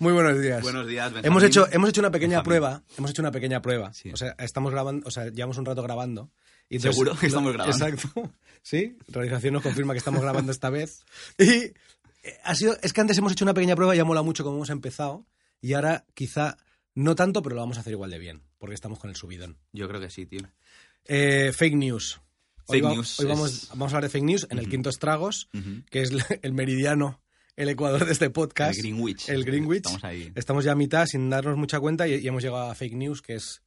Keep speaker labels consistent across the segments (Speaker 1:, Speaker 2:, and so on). Speaker 1: Muy buenos días.
Speaker 2: Buenos días, Benjamín.
Speaker 1: Hemos hecho, hemos hecho una pequeña
Speaker 2: Benjamín.
Speaker 1: prueba. Hemos hecho una pequeña prueba.
Speaker 2: Sí.
Speaker 1: O sea, estamos grabando, o sea, llevamos un rato grabando. Y
Speaker 2: Seguro que estamos grabando.
Speaker 1: Exacto. Sí, realización nos confirma que estamos grabando esta vez. Y eh, ha sido, es que antes hemos hecho una pequeña prueba y ha molado mucho como hemos empezado. Y ahora quizá no tanto, pero lo vamos a hacer igual de bien, porque estamos con el subidón.
Speaker 2: Yo creo que sí, tío.
Speaker 1: Eh, fake news. Hoy,
Speaker 2: Fake
Speaker 1: va-
Speaker 2: news
Speaker 1: hoy
Speaker 2: es-
Speaker 1: vamos, vamos a hablar de fake news en el quinto estragos,
Speaker 2: Ujú.
Speaker 1: que es la- el meridiano, el ecuador de este podcast.
Speaker 2: El Greenwich.
Speaker 1: El Greenwich.
Speaker 2: Estamos ahí.
Speaker 1: Estamos ya a mitad sin darnos mucha cuenta y, y hemos llegado a fake news, que es.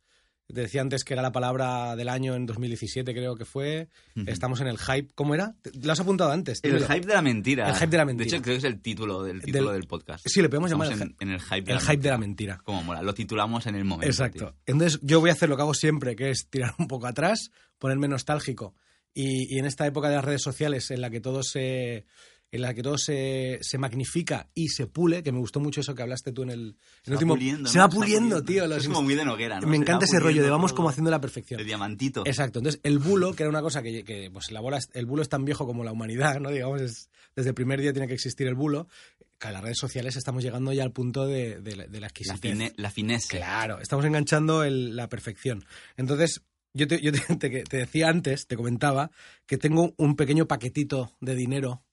Speaker 1: Te decía antes que era la palabra del año en 2017, creo que fue. Estamos en el hype. ¿Cómo era? Te- Lo has apuntado antes.
Speaker 2: El
Speaker 1: dímelo.
Speaker 2: hype de la mentira.
Speaker 1: El hype de la mentira.
Speaker 2: De hecho, creo que es el título del, título
Speaker 1: Del-
Speaker 2: del podcast.
Speaker 1: Sí, le podemos
Speaker 2: Estamos
Speaker 1: llamar el
Speaker 2: en, en el hype de
Speaker 1: El
Speaker 2: la
Speaker 1: hype de
Speaker 2: mentira.
Speaker 1: la mentira.
Speaker 2: Como mola, lo titulamos en el momento.
Speaker 1: Exacto.
Speaker 2: tío.
Speaker 1: Entonces, yo voy a hacer lo que hago siempre, que es tirar un poco atrás, ponerme nostálgico. Y, y en esta época de las redes sociales en la que todo se en la que todo se, se magnifica y se pule, que me gustó mucho eso que hablaste tú en el, en el
Speaker 2: va
Speaker 1: último...
Speaker 2: puliendo,
Speaker 1: se
Speaker 2: ¿no?
Speaker 1: va
Speaker 2: Se va
Speaker 1: puliendo,
Speaker 2: puliendo.
Speaker 1: tío.
Speaker 2: Es
Speaker 1: los
Speaker 2: como
Speaker 1: inst-
Speaker 2: muy de Noguera, ¿no?
Speaker 1: Me
Speaker 2: Se va
Speaker 1: encanta ese rollo de
Speaker 2: puliendo
Speaker 1: vamos como
Speaker 2: todo.
Speaker 1: haciendo la
Speaker 2: El
Speaker 1: perfección.
Speaker 2: diamantito.
Speaker 1: Exacto. Entonces, el bulo, que era una cosa que, que, pues la bola, es- el bulo es tan viejo como la humanidad, ¿no? Digamos, es- desde el primer día tiene que existir el bulo. Que a las redes sociales estamos llegando ya al punto de, de, la- de la
Speaker 2: La,
Speaker 1: exquisitez.
Speaker 2: fine- la finesse.
Speaker 1: Claro, estamos enganchando el- la perfección. Entonces, yo, te, yo te, te- te decía antes, te comentaba, que tengo un pequeño paquetito de dinero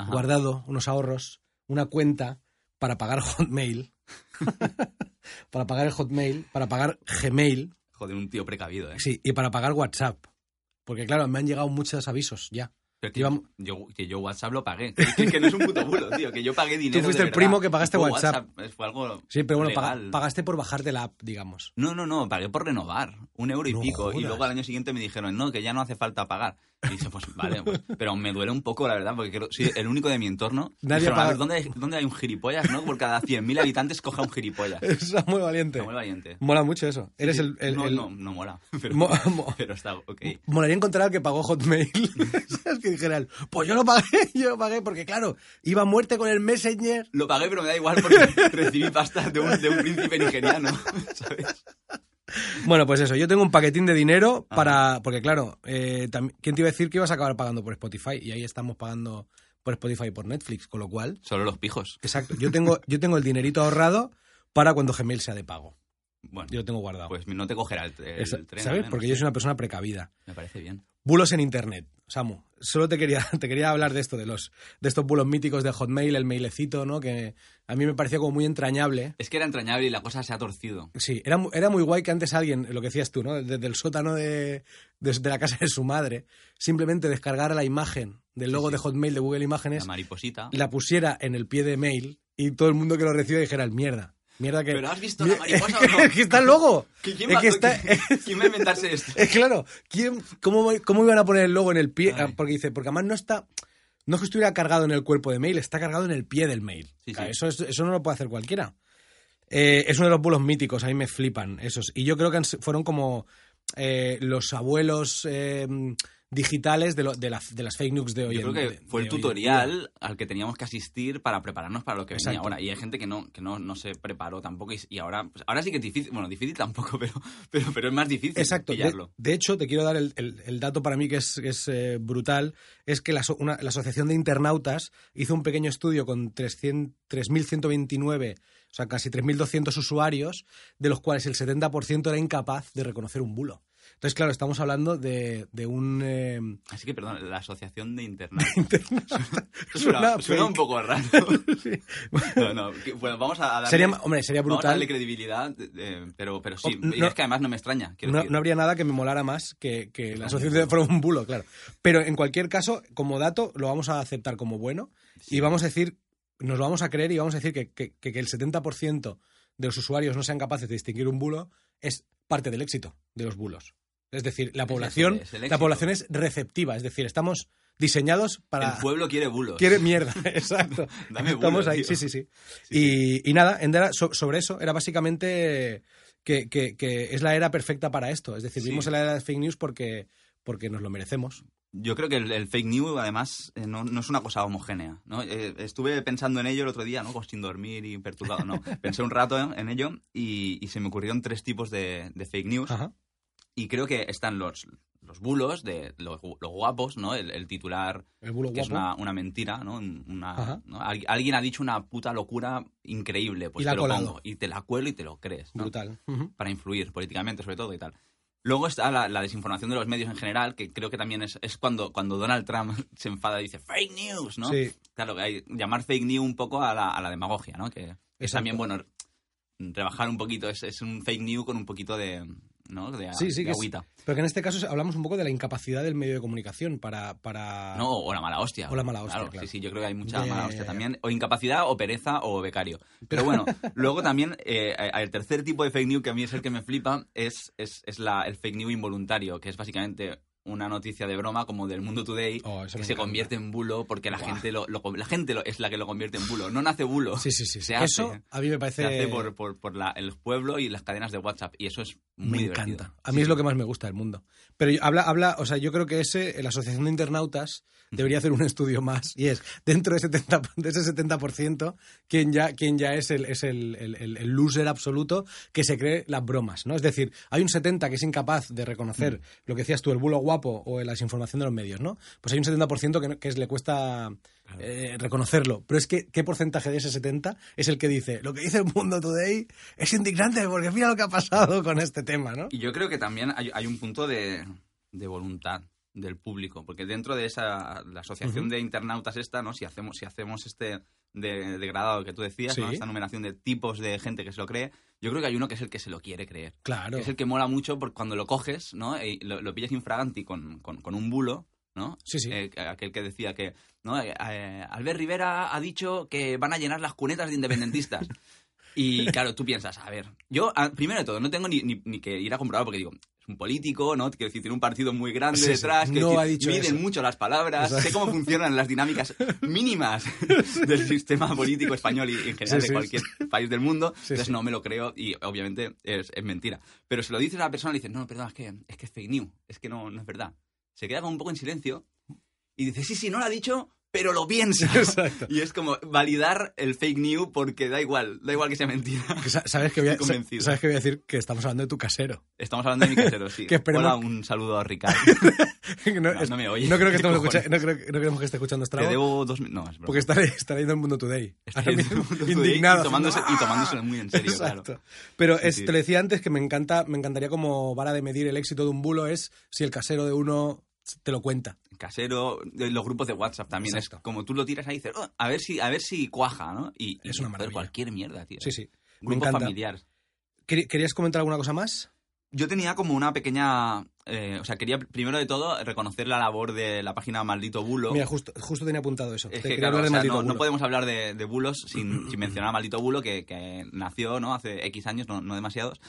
Speaker 2: Ajá.
Speaker 1: guardado, unos ahorros, una cuenta para pagar Hotmail, para pagar el Hotmail, para pagar Gmail,
Speaker 2: Joder, un tío precavido, ¿eh?
Speaker 1: sí, y para pagar WhatsApp. Porque claro, me han llegado muchos avisos ya.
Speaker 2: Pero que,
Speaker 1: Íbamos-
Speaker 2: yo, que yo WhatsApp lo pagué. Que, que no es un puto bulo, tío. Que yo pagué dinero.
Speaker 1: fuiste
Speaker 2: de
Speaker 1: el
Speaker 2: verdad.
Speaker 1: primo que pagaste
Speaker 2: Fue
Speaker 1: WhatsApp.
Speaker 2: Fue algo.
Speaker 1: Sí, pero bueno, paga-
Speaker 2: legal.
Speaker 1: pagaste por bajarte la app, digamos.
Speaker 2: No, no, no, pagué por renovar, un euro y
Speaker 1: No
Speaker 2: pico. Y
Speaker 1: jodas.
Speaker 2: luego al año siguiente me dijeron, no, que ya no hace falta pagar. Y dije, pues vale, pues. pero me duele un poco, la verdad, porque creo, soy el único de mi entorno.
Speaker 1: Nadie
Speaker 2: Dijeron,
Speaker 1: ha
Speaker 2: a ver,
Speaker 1: pagado".
Speaker 2: ¿dónde, hay- dónde hay un gilipollas, no? Por cada 100.000 habitantes coja un gilipollas. Está
Speaker 1: Eso es muy valiente.
Speaker 2: muy valiente.
Speaker 1: Mola mucho eso. Eres
Speaker 2: Sí,
Speaker 1: el... el-
Speaker 2: no,
Speaker 1: el-
Speaker 2: no, no mola, pero,
Speaker 1: Mo- mo-
Speaker 2: pero está ok.
Speaker 1: Molaría encontrar al que pagó Hotmail. ¿Sabes? Que dijera él, pues yo lo pagué, yo lo pagué, porque claro, iba a muerte con el Messenger.
Speaker 2: Lo pagué, pero me da igual porque recibí pasta de un, de un príncipe nigeriano, ¿sabes?
Speaker 1: Bueno, pues eso, yo tengo un paquetín de dinero
Speaker 2: Ah.
Speaker 1: para. Porque claro, eh, tam- ¿quién te iba a decir que ibas a acabar pagando por Spotify? Y ahí estamos pagando por Spotify y por Netflix, con lo cual.
Speaker 2: Solo los pijos.
Speaker 1: Exacto, yo tengo, yo tengo el dinerito ahorrado para cuando Gmail sea de pago.
Speaker 2: Bueno,
Speaker 1: Yo lo tengo guardado.
Speaker 2: pues no te cogerá el, el
Speaker 1: Esa-
Speaker 2: tren. al
Speaker 1: ¿Sabes?
Speaker 2: menos.
Speaker 1: Porque yo soy una persona precavida.
Speaker 2: Me parece bien.
Speaker 1: Bulos en internet. Samu, solo te quería, te quería hablar de esto, de los, de estos bulos míticos de Hotmail, el mailecito, ¿no? Que a mí me parecía como muy entrañable.
Speaker 2: Es que era entrañable y la cosa se ha torcido.
Speaker 1: Sí, era, mu- era muy guay que antes alguien, lo que decías tú, ¿no? Desde el sótano de, desde la casa de su madre, simplemente descargara la imagen del logo
Speaker 2: sí.
Speaker 1: de Hotmail de Google Imágenes,
Speaker 2: La mariposita.
Speaker 1: la pusiera en el pie de mail y todo el mundo que lo reciba dijera, mierda, mierda que...
Speaker 2: ¿Pero has visto la mariposa o no?
Speaker 1: Es que está el logo.
Speaker 2: ¿Qui- ¿Quién,
Speaker 1: Es
Speaker 2: va,
Speaker 1: que está...
Speaker 2: qui- quién va a inventarse esto?
Speaker 1: Es claro, ¿quién, cómo, ¿cómo iban a poner el logo en el pie?
Speaker 2: Ay.
Speaker 1: Ah, Porque dice, porque además no está. No es que estuviera cargado en el cuerpo de mail, está cargado en el pie del mail.
Speaker 2: Sí,
Speaker 1: Claro,
Speaker 2: sí.
Speaker 1: Eso, es- eso no lo puede hacer cualquiera. Eh, es uno de los bulos míticos, a mí me flipan esos. Y yo creo que han s- fueron como eh, los abuelos eh, digitales de, lo- de la- de las fake news de hoy
Speaker 2: Yo creo
Speaker 1: en
Speaker 2: que
Speaker 1: de-
Speaker 2: fue
Speaker 1: de hoy en
Speaker 2: el
Speaker 1: día.
Speaker 2: tutorial al que teníamos que asistir para prepararnos para lo que venía
Speaker 1: Exacto.
Speaker 2: ahora. Y hay gente que no, que no, no se preparó tampoco. Y, y ahora, pues, ahora sí que es difícil. Bueno, difícil tampoco, pero, pero, pero es más difícil
Speaker 1: Exacto. De,
Speaker 2: pillarlo.
Speaker 1: de hecho, te quiero dar el, el- el dato para mí que es, que es, eh, brutal. Es que la, aso- una- la Asociación de Internautas hizo un pequeño estudio con 300 3.129, o sea, casi 3.200 usuarios, de los cuales el 70% era incapaz de reconocer un bulo. Entonces, claro, estamos hablando de, de un... eh,
Speaker 2: Así que, perdón, la asociación de internet.
Speaker 1: Suena
Speaker 2: suena, suena un
Speaker 1: fake.
Speaker 2: poco raro. No, no. que- bueno, vamos a darle,
Speaker 1: Sería, hombre, sería
Speaker 2: vamos a
Speaker 1: brutal.
Speaker 2: darle credibilidad, eh, pero, pero sí.
Speaker 1: Oh, no.
Speaker 2: y es que además no me extraña. quiero
Speaker 1: No,
Speaker 2: decir.
Speaker 1: no habría nada que me molara más que, que la
Speaker 2: un
Speaker 1: asociación fuera un bulo, claro. Pero en cualquier caso, como dato, lo vamos a aceptar como bueno y vamos a decir nos lo vamos a creer y vamos a decir que, que- que- que el 70% de los usuarios no sean capaces de distinguir un bulo es parte del éxito de los bulos. Es decir, la
Speaker 2: Es eso,
Speaker 1: población,
Speaker 2: es el
Speaker 1: la
Speaker 2: éxito.
Speaker 1: población es receptiva, es decir, estamos diseñados para...
Speaker 2: El pueblo quiere bulos.
Speaker 1: Quiere mierda, exacto.
Speaker 2: Dame bulos,
Speaker 1: Estamos ahí,
Speaker 2: tío.
Speaker 1: sí, sí, sí. Y, y nada, en era- so- sobre eso era básicamente que, que- que es la era perfecta para esto. Es decir,
Speaker 2: Sí.
Speaker 1: vivimos en la era de fake news porque, porque nos lo merecemos.
Speaker 2: Yo creo que el, el fake news, además, eh, no, no es una cosa homogénea. ¿no? Eh, estuve pensando en ello el otro día, ¿no? Como sin dormir y perturbado, ¿no? Pensé un rato ¿eh? en, en ello y, y se me ocurrieron tres tipos de, de fake news.
Speaker 1: Ajá.
Speaker 2: Y creo que están los, los bulos, de los, gu- los guapos, ¿no? El, el titular,
Speaker 1: El bulo
Speaker 2: que es
Speaker 1: guapo.
Speaker 2: una, una mentira, ¿no? Un- una-
Speaker 1: Ajá.
Speaker 2: ¿no? Al- alguien ha dicho una puta locura increíble, pues
Speaker 1: Y la
Speaker 2: te
Speaker 1: ha
Speaker 2: lo
Speaker 1: colado.
Speaker 2: pongo. Y te la cuelo y te lo crees, ¿no?
Speaker 1: Brutal. Ujú.
Speaker 2: para influir políticamente, sobre todo y tal. Luego está la, la desinformación de los medios en general, que creo que también es, es cuando, cuando Donald Trump se enfada y dice fake news, ¿no?
Speaker 1: Sí.
Speaker 2: Claro, que hay- llamar fake news un poco a la, a la demagogia, ¿no? Que es
Speaker 1: Exacto.
Speaker 2: también, bueno, rebajar un poquito, es, es un fake news con un poquito de, ¿no? de, a-
Speaker 1: Sí, sí,
Speaker 2: de
Speaker 1: que es-
Speaker 2: agüita.
Speaker 1: Pero que en este caso hablamos un poco de la incapacidad del medio de comunicación para... para...
Speaker 2: ¿no? O, o la mala hostia.
Speaker 1: Ah. O la mala hostia, claro.
Speaker 2: Sí, sí, yo creo que hay mucha
Speaker 1: Ya, ya,
Speaker 2: mala
Speaker 1: ya,
Speaker 2: hostia
Speaker 1: ya.
Speaker 2: también. O incapacidad, o pereza, o becario. Pero bueno, luego también eh, a- el tercer tipo de fake news que a mí es el que me flipa es, es, es la, el fake news involuntario, que es básicamente una noticia de broma como del Mundo Today
Speaker 1: Oh, eso
Speaker 2: que
Speaker 1: me
Speaker 2: se
Speaker 1: encanta.
Speaker 2: convierte en bulo porque la
Speaker 1: Buah.
Speaker 2: gente lo, lo- la gente lo- es la que lo convierte en bulo no nace bulo
Speaker 1: Sí, sí, sí. sí.
Speaker 2: se hace
Speaker 1: Eso a mí me parece...
Speaker 2: se hace por, por, por la- el pueblo y las cadenas de WhatsApp y eso es muy
Speaker 1: me
Speaker 2: divertido.
Speaker 1: encanta. A mí
Speaker 2: Sí,
Speaker 1: es lo
Speaker 2: sí.
Speaker 1: que más me gusta del mundo. Pero yo- habla, habla, o sea, yo creo que ese, eh, la Asociación de Internautas debería hacer un estudio más. Y es, dentro de, 70, de ese 70%, quien ya, quien ya es, el, es el, el- el- el loser absoluto que se cree las bromas, ¿no? Es decir, hay un 70% que es incapaz de reconocer lo que decías tú, el bulo guapo o la desinformación de los medios, ¿no? Pues hay un 70% que, no- que es- le cuesta eh, reconocerlo. Pero es que, ¿qué porcentaje de ese 70 es el que dice, lo que dice el mundo today es indignante porque mira lo que ha pasado con este tema, ¿no?
Speaker 2: Y yo creo que también hay, hay un punto de, de voluntad del público, porque dentro de esa la asociación de internautas esta, ¿no? Si hacemos, si hacemos este de- degradado que tú decías, ¿no?
Speaker 1: Sí.
Speaker 2: Esta numeración de tipos de gente que se lo cree, yo creo que hay uno que es el que se lo quiere creer.
Speaker 1: Claro.
Speaker 2: Que es el que mola mucho porque cuando lo coges, ¿no? Y lo, lo pillas infraganti con, con, con un bulo, ¿no?
Speaker 1: Sí, sí.
Speaker 2: Eh, aquel que decía que, ¿no? Eh, eh, Albert Rivera ha dicho que van a llenar las cunetas de independentistas. y claro, tú piensas, a ver, yo, a- primero de todo, no tengo ni, ni- ni que ir a comprobar porque digo, es un político, ¿no? Quiero decir, tiene un partido muy grande
Speaker 1: Sí, sí.
Speaker 2: detrás, que
Speaker 1: No ha dicho
Speaker 2: miden
Speaker 1: eso.
Speaker 2: mucho las palabras, sé
Speaker 1: Exacto.
Speaker 2: cómo funcionan las dinámicas mínimas del sistema político español y en general
Speaker 1: Sí,
Speaker 2: de
Speaker 1: sí.
Speaker 2: cualquier país del mundo,
Speaker 1: Sí,
Speaker 2: entonces
Speaker 1: sí.
Speaker 2: no me lo creo y obviamente es, es mentira. Pero se lo dices a la persona y dices, no, no, perdona, es que es, que es fake news, es que no, no es verdad. Se queda como un poco en silencio y dice, sí, sí, no lo ha dicho, pero lo piensa.
Speaker 1: Exacto.
Speaker 2: Y es como validar el fake news porque da igual, da igual que sea mentira.
Speaker 1: Que sa- ¿Sabes que, voy a,
Speaker 2: Estoy
Speaker 1: sa-
Speaker 2: convencido.
Speaker 1: sabes que voy a decir que estamos hablando de tu casero.
Speaker 2: Estamos hablando de mi casero, sí.
Speaker 1: Que esperemos
Speaker 2: Hola, un saludo a Ricardo.
Speaker 1: Que no,
Speaker 2: No,
Speaker 1: es-
Speaker 2: no me oye.
Speaker 1: no creo que
Speaker 2: ¿Qué
Speaker 1: estemos
Speaker 2: cojones?
Speaker 1: escucha- no, creo, que- no queremos que esté escuchando
Speaker 2: Te
Speaker 1: Estrago.
Speaker 2: debo dos... mil- No, es broma.
Speaker 1: Porque estará, estará yendo el mundo today.
Speaker 2: Está
Speaker 1: Ahora
Speaker 2: yendo
Speaker 1: mismo,
Speaker 2: el mundo today
Speaker 1: indignado.
Speaker 2: y tomándose-
Speaker 1: haciendo,
Speaker 2: y tomándoselo muy en serio, claro.
Speaker 1: Exacto. Pero
Speaker 2: Sí,
Speaker 1: es-
Speaker 2: sí.
Speaker 1: te lo decía antes que me encanta, me encantaría como vara de medir el éxito de un bulo es si el casero de uno te lo cuenta.
Speaker 2: casero, de los grupos de WhatsApp también.
Speaker 1: Exacto.
Speaker 2: Es como tú lo tiras ahí y dices, "Oh, a, ver si, a ver si cuaja, ¿no? Y, y,
Speaker 1: Es una
Speaker 2: joder,
Speaker 1: maravilla.
Speaker 2: cualquier mierda, tío.
Speaker 1: Sí, sí. Me
Speaker 2: Grupo
Speaker 1: encanta.
Speaker 2: familiar.
Speaker 1: ¿Quer- ¿Querías comentar alguna cosa más?
Speaker 2: Yo tenía como una pequeña... eh, o sea, quería primero de todo reconocer la labor de la página Maldito Bulo.
Speaker 1: Mira, justo, justo tenía apuntado eso. Te
Speaker 2: Es que,
Speaker 1: quería
Speaker 2: claro,
Speaker 1: hablar de
Speaker 2: o sea,
Speaker 1: maldito
Speaker 2: no, no
Speaker 1: bulo.
Speaker 2: podemos hablar de, de bulos sin, sin mencionar a Maldito Bulo, que, que nació ¿no? hace X años, no, no demasiados.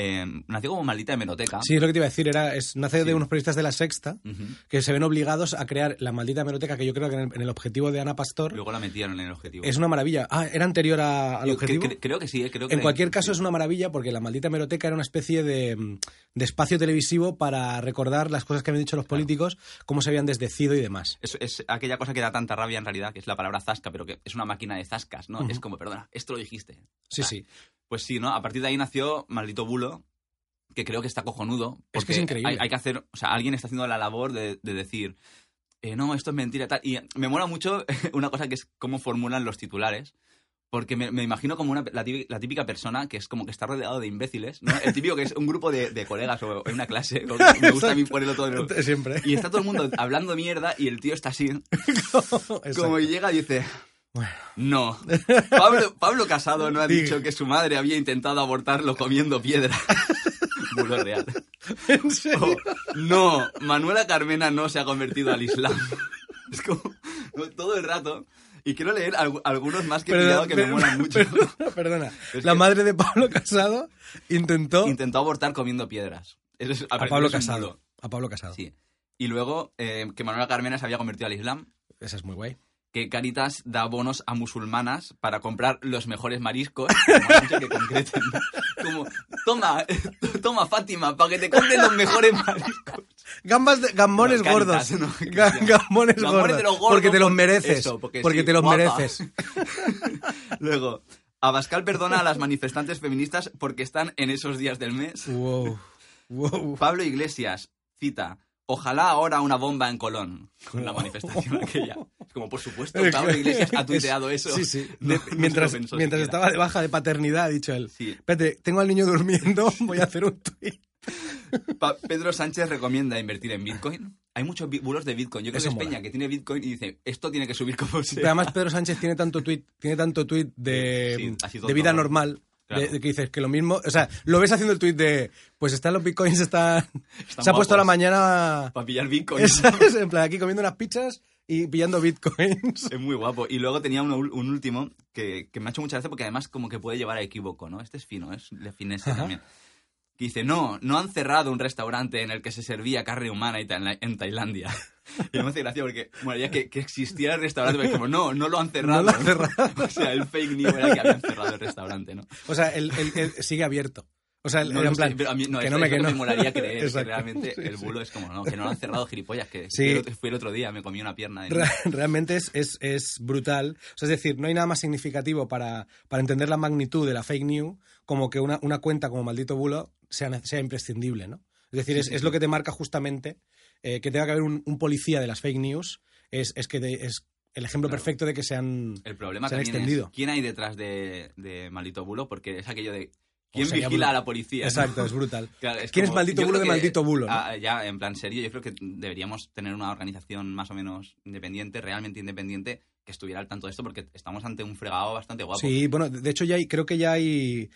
Speaker 2: Eh, nació como maldita hemeroteca.
Speaker 1: Sí, es lo que te iba a decir. Era, es, nace
Speaker 2: Sí.
Speaker 1: de unos periodistas de la sexta
Speaker 2: Ujú.
Speaker 1: que se ven obligados a crear la maldita hemeroteca que yo creo que en el, en el objetivo de Ana Pastor
Speaker 2: Luego la metieron en el objetivo.
Speaker 1: es una maravilla. Ah, era anterior a- al
Speaker 2: Yo cre-
Speaker 1: objetivo.
Speaker 2: cre- creo que sí, eh, creo que
Speaker 1: en
Speaker 2: la-
Speaker 1: cualquier caso
Speaker 2: sí.
Speaker 1: es una maravilla porque la maldita hemeroteca era una especie de, mm, de espacio televisivo para recordar las cosas que habían dicho los políticos, cómo se habían desdecido y demás.
Speaker 2: Es, es aquella cosa que da tanta rabia en realidad, que es la palabra zasca, pero que es una máquina de zascas, ¿no?
Speaker 1: Ujú.
Speaker 2: Es como, perdona, esto lo dijiste.
Speaker 1: Sí,
Speaker 2: Ah,
Speaker 1: sí.
Speaker 2: Pues sí, ¿no? A partir de ahí nació Maldito Bulo, que creo que está cojonudo.
Speaker 1: Es que es
Speaker 2: porque
Speaker 1: increíble.
Speaker 2: Hay, hay que hacer, o sea, alguien está haciendo la labor de, de decir, eh, no, esto es mentira, tal. Y me mola mucho una cosa que es cómo formulan los titulares. Porque me, me imagino como una, la, típica, la típica persona que es como que está rodeado de imbéciles, ¿no? El típico que es un grupo de, de colegas o en una clase. o- Me gusta a mí ponerlo todo en el-
Speaker 1: Siempre.
Speaker 2: Ah, Y está todo el mundo hablando mierda y el tío está así, como
Speaker 1: Exacto.
Speaker 2: y llega y dice,
Speaker 1: Bueno.
Speaker 2: no, Pablo, Pablo Casado no ha
Speaker 1: Diga.
Speaker 2: dicho que su madre había intentado abortarlo comiendo piedra. Bulo real.
Speaker 1: ¿En serio?
Speaker 2: O, no, Manuela Carmena no se ha convertido al Islam. Es como no, todo el rato. Y quiero leer al- algunos más que he
Speaker 1: Perdona,
Speaker 2: pillado que me
Speaker 1: per-
Speaker 2: molan mucho.
Speaker 1: Perdona, perdona.
Speaker 2: Es
Speaker 1: la
Speaker 2: que-
Speaker 1: madre de Pablo Casado intentó
Speaker 2: Intentó abortar comiendo piedras. Eso es-
Speaker 1: a
Speaker 2: aprendí
Speaker 1: Pablo
Speaker 2: eso en
Speaker 1: Casado.
Speaker 2: Mulo.
Speaker 1: A Pablo Casado.
Speaker 2: Sí. Y luego eh, que Manuela Carmena se había convertido al Islam.
Speaker 1: Esa es muy guay.
Speaker 2: Que Caritas da bonos a musulmanas para comprar los mejores mariscos. Como han dicho que concreten. Como, toma, toma Fátima, para que te compren los mejores mariscos.
Speaker 1: Gambas de- gambones
Speaker 2: No, Caritas,
Speaker 1: gordos.
Speaker 2: no, que
Speaker 1: Ga-
Speaker 2: sea.
Speaker 1: gambones
Speaker 2: Gambones
Speaker 1: gordos.
Speaker 2: de los gordos,
Speaker 1: Porque te los
Speaker 2: por-
Speaker 1: mereces.
Speaker 2: eso, porque
Speaker 1: porque
Speaker 2: sí,
Speaker 1: te los
Speaker 2: guapa.
Speaker 1: mereces.
Speaker 2: Luego, Abascal perdona a las manifestantes feministas porque están en esos días del mes.
Speaker 1: Wow. Wow.
Speaker 2: Pablo Iglesias cita. Ojalá ahora una bomba en Colón. Con la manifestación aquella. Es como, por supuesto, Pablo Iglesias ha tuiteado eso.
Speaker 1: Sí, sí.
Speaker 2: No,
Speaker 1: De-
Speaker 2: no se lo
Speaker 1: mientras
Speaker 2: pensó
Speaker 1: mientras
Speaker 2: siquiera.
Speaker 1: estaba de baja de paternidad, ha dicho él.
Speaker 2: Sí.
Speaker 1: Espérate, tengo al niño durmiendo, voy a hacer un tuit.
Speaker 2: Pa- Pedro Sánchez recomienda invertir en Bitcoin. Hay muchos bi- bulos de Bitcoin. Yo creo
Speaker 1: Eso
Speaker 2: que es
Speaker 1: mola.
Speaker 2: Peña que tiene Bitcoin y dice, esto tiene que subir como sea.
Speaker 1: Pero además Pedro Sánchez tiene tanto tuit, tiene tanto tuit de,
Speaker 2: Sí, así
Speaker 1: de
Speaker 2: tonto,
Speaker 1: vida
Speaker 2: ¿no?
Speaker 1: normal. de-
Speaker 2: Claro.
Speaker 1: de que dices que lo mismo, o sea, lo ves haciendo el tuit de, pues están los bitcoins, están, se ha puesto
Speaker 2: guapos.
Speaker 1: a la mañana,
Speaker 2: Para pillar Bitcoin.
Speaker 1: es, es en plan, aquí comiendo unas pizzas y pillando bitcoins.
Speaker 2: Es muy guapo. Y luego tenía un, ul- un último que, que me ha hecho mucha gracia porque además como que puede llevar a equívoco, ¿no? Este es fino, es de finesse
Speaker 1: Ajá.
Speaker 2: también. Que dice, no, no han cerrado un restaurante en el que se servía carne humana y tal- en Tailandia. Y me hace gracia porque, bueno, ya que, que existía el restaurante, pero como, no, no lo han cerrado.
Speaker 1: No lo han cerrado.
Speaker 2: o sea, el fake news era que habían cerrado el restaurante, ¿no?
Speaker 1: O sea, el, el- el- sigue abierto. O sea, el-
Speaker 2: No,
Speaker 1: era
Speaker 2: no
Speaker 1: en
Speaker 2: sé,
Speaker 1: plan,
Speaker 2: pero a mí- no,
Speaker 1: que
Speaker 2: es-
Speaker 1: no me,
Speaker 2: es lo
Speaker 1: que
Speaker 2: que
Speaker 1: no.
Speaker 2: me molaría creer, que
Speaker 1: Exacto.
Speaker 2: realmente
Speaker 1: Sí,
Speaker 2: el
Speaker 1: sí.
Speaker 2: bulo es como, no, que no lo han cerrado, gilipollas, que
Speaker 1: Sí.
Speaker 2: fui, el otro, fui el otro día, me comí una pierna. en-
Speaker 1: Re- Realmente es, es, es brutal. O sea, es decir, no hay nada más significativo para, para entender la magnitud de la fake news como que una, una cuenta como maldito bulo sea, ne- sea imprescindible, ¿no? Es decir,
Speaker 2: Sí,
Speaker 1: es,
Speaker 2: sí,
Speaker 1: es
Speaker 2: sí.
Speaker 1: lo que te marca justamente eh, que tenga que haber un, un policía de las fake news. Es, es que te- es el ejemplo
Speaker 2: Claro.
Speaker 1: perfecto de que sean...
Speaker 2: El problema
Speaker 1: Se han
Speaker 2: también
Speaker 1: extendido.
Speaker 2: es quién hay detrás de, de Maldito Bulo, porque es aquello de quién
Speaker 1: O sea, ya
Speaker 2: vigila
Speaker 1: Bulo.
Speaker 2: a la policía. ¿no?
Speaker 1: Exacto, es brutal.
Speaker 2: Claro, es
Speaker 1: ¿Quién es
Speaker 2: como-
Speaker 1: maldito
Speaker 2: yo
Speaker 1: bulo
Speaker 2: creo
Speaker 1: de
Speaker 2: que-
Speaker 1: maldito bulo? no?
Speaker 2: ah, ya, en plan serio, yo creo que deberíamos tener una organización más o menos independiente, realmente independiente, que estuviera al tanto de esto, porque estamos ante un fregado bastante guapo.
Speaker 1: Sí, bueno, de hecho ya hay, creo que ya hay,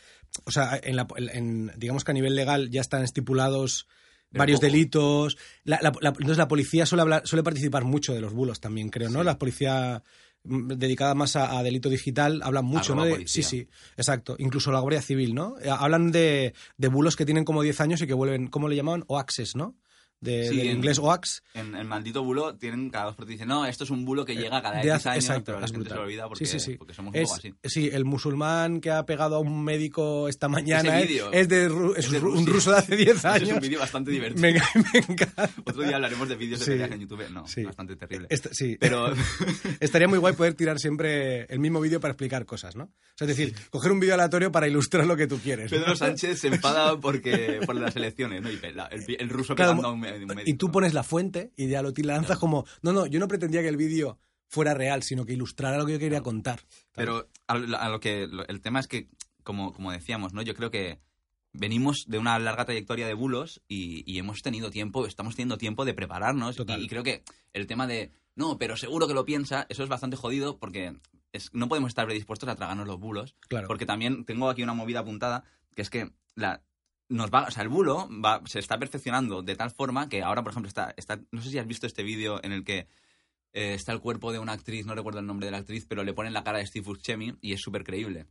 Speaker 1: o sea, en la- en- digamos que a nivel legal ya están estipulados
Speaker 2: Pero
Speaker 1: varios
Speaker 2: poco.
Speaker 1: delitos. La, la- la- entonces la policía suele, hablar, suele participar mucho de los bulos también, creo, ¿no?
Speaker 2: Sí.
Speaker 1: La policía mm, dedicada más a, a delito digital hablan mucho, ¿no?
Speaker 2: Arroba
Speaker 1: De- sí,
Speaker 2: policía.
Speaker 1: sí, exacto. Incluso la Guardia Civil, ¿no? Eh, Hablan de, de bulos que tienen como 10 años y que vuelven, ¿cómo le llamaban? OAXes, ¿no? De,
Speaker 2: Sí,
Speaker 1: del
Speaker 2: en-
Speaker 1: inglés OAX.
Speaker 2: En el maldito bulo tienen cada dos por dicen, no, esto es un bulo que llega cada
Speaker 1: Eh, de
Speaker 2: X
Speaker 1: hace-
Speaker 2: años,
Speaker 1: exacto,
Speaker 2: pero la
Speaker 1: es
Speaker 2: gente se
Speaker 1: brutal.
Speaker 2: lo olvida porque,
Speaker 1: Sí, sí, sí.
Speaker 2: porque somos un
Speaker 1: Es-
Speaker 2: poco así.
Speaker 1: Sí, el musulmán que ha pegado a un médico esta mañana
Speaker 2: Ese
Speaker 1: es,
Speaker 2: vídeo.
Speaker 1: es de, ru- es
Speaker 2: Es de
Speaker 1: ru- un
Speaker 2: Rusia.
Speaker 1: ruso de hace 10
Speaker 2: Ese Es un
Speaker 1: años.
Speaker 2: vídeo bastante divertido.
Speaker 1: Me, enca- me encanta.
Speaker 2: Otro día hablaremos de vídeos
Speaker 1: Sí.
Speaker 2: de peleas en YouTube. No,
Speaker 1: Sí.
Speaker 2: bastante terrible.
Speaker 1: Esta- sí.
Speaker 2: Pero
Speaker 1: Estaría muy guay poder tirar siempre el mismo vídeo para explicar cosas, ¿no? O sea, es decir, coger un vídeo aleatorio para ilustrar lo que tú quieres. ¿no?
Speaker 2: Pedro Sánchez se enfada porque, por las elecciones, ¿no? Y la- el, el ruso
Speaker 1: Claro,
Speaker 2: pegando a un, me- un médico,
Speaker 1: y tú
Speaker 2: ¿no?
Speaker 1: pones la fuente y ya lo ti- lanzas como, no, no, yo no pretendía que el vídeo fuera real, sino que ilustrara lo que yo quería contar.
Speaker 2: Pero a lo, a lo que lo- el tema es que, como, como decíamos, ¿no? Yo creo que venimos de una larga trayectoria de bulos y, y hemos tenido tiempo, estamos teniendo tiempo de prepararnos.
Speaker 1: Total.
Speaker 2: Y, y creo que el tema de no, pero seguro que lo piensa, eso es bastante jodido porque es- no podemos estar predispuestos a tragarnos los bulos.
Speaker 1: Claro.
Speaker 2: Porque también tengo aquí una movida apuntada, que es que la, nos va, o sea, el bulo va- se está perfeccionando de tal forma que ahora, por ejemplo, está, está no sé si has visto este vídeo en el que eh, está el cuerpo de una actriz, no recuerdo el nombre de la actriz, pero le ponen la cara de Steve Buscemi y es súper creíble.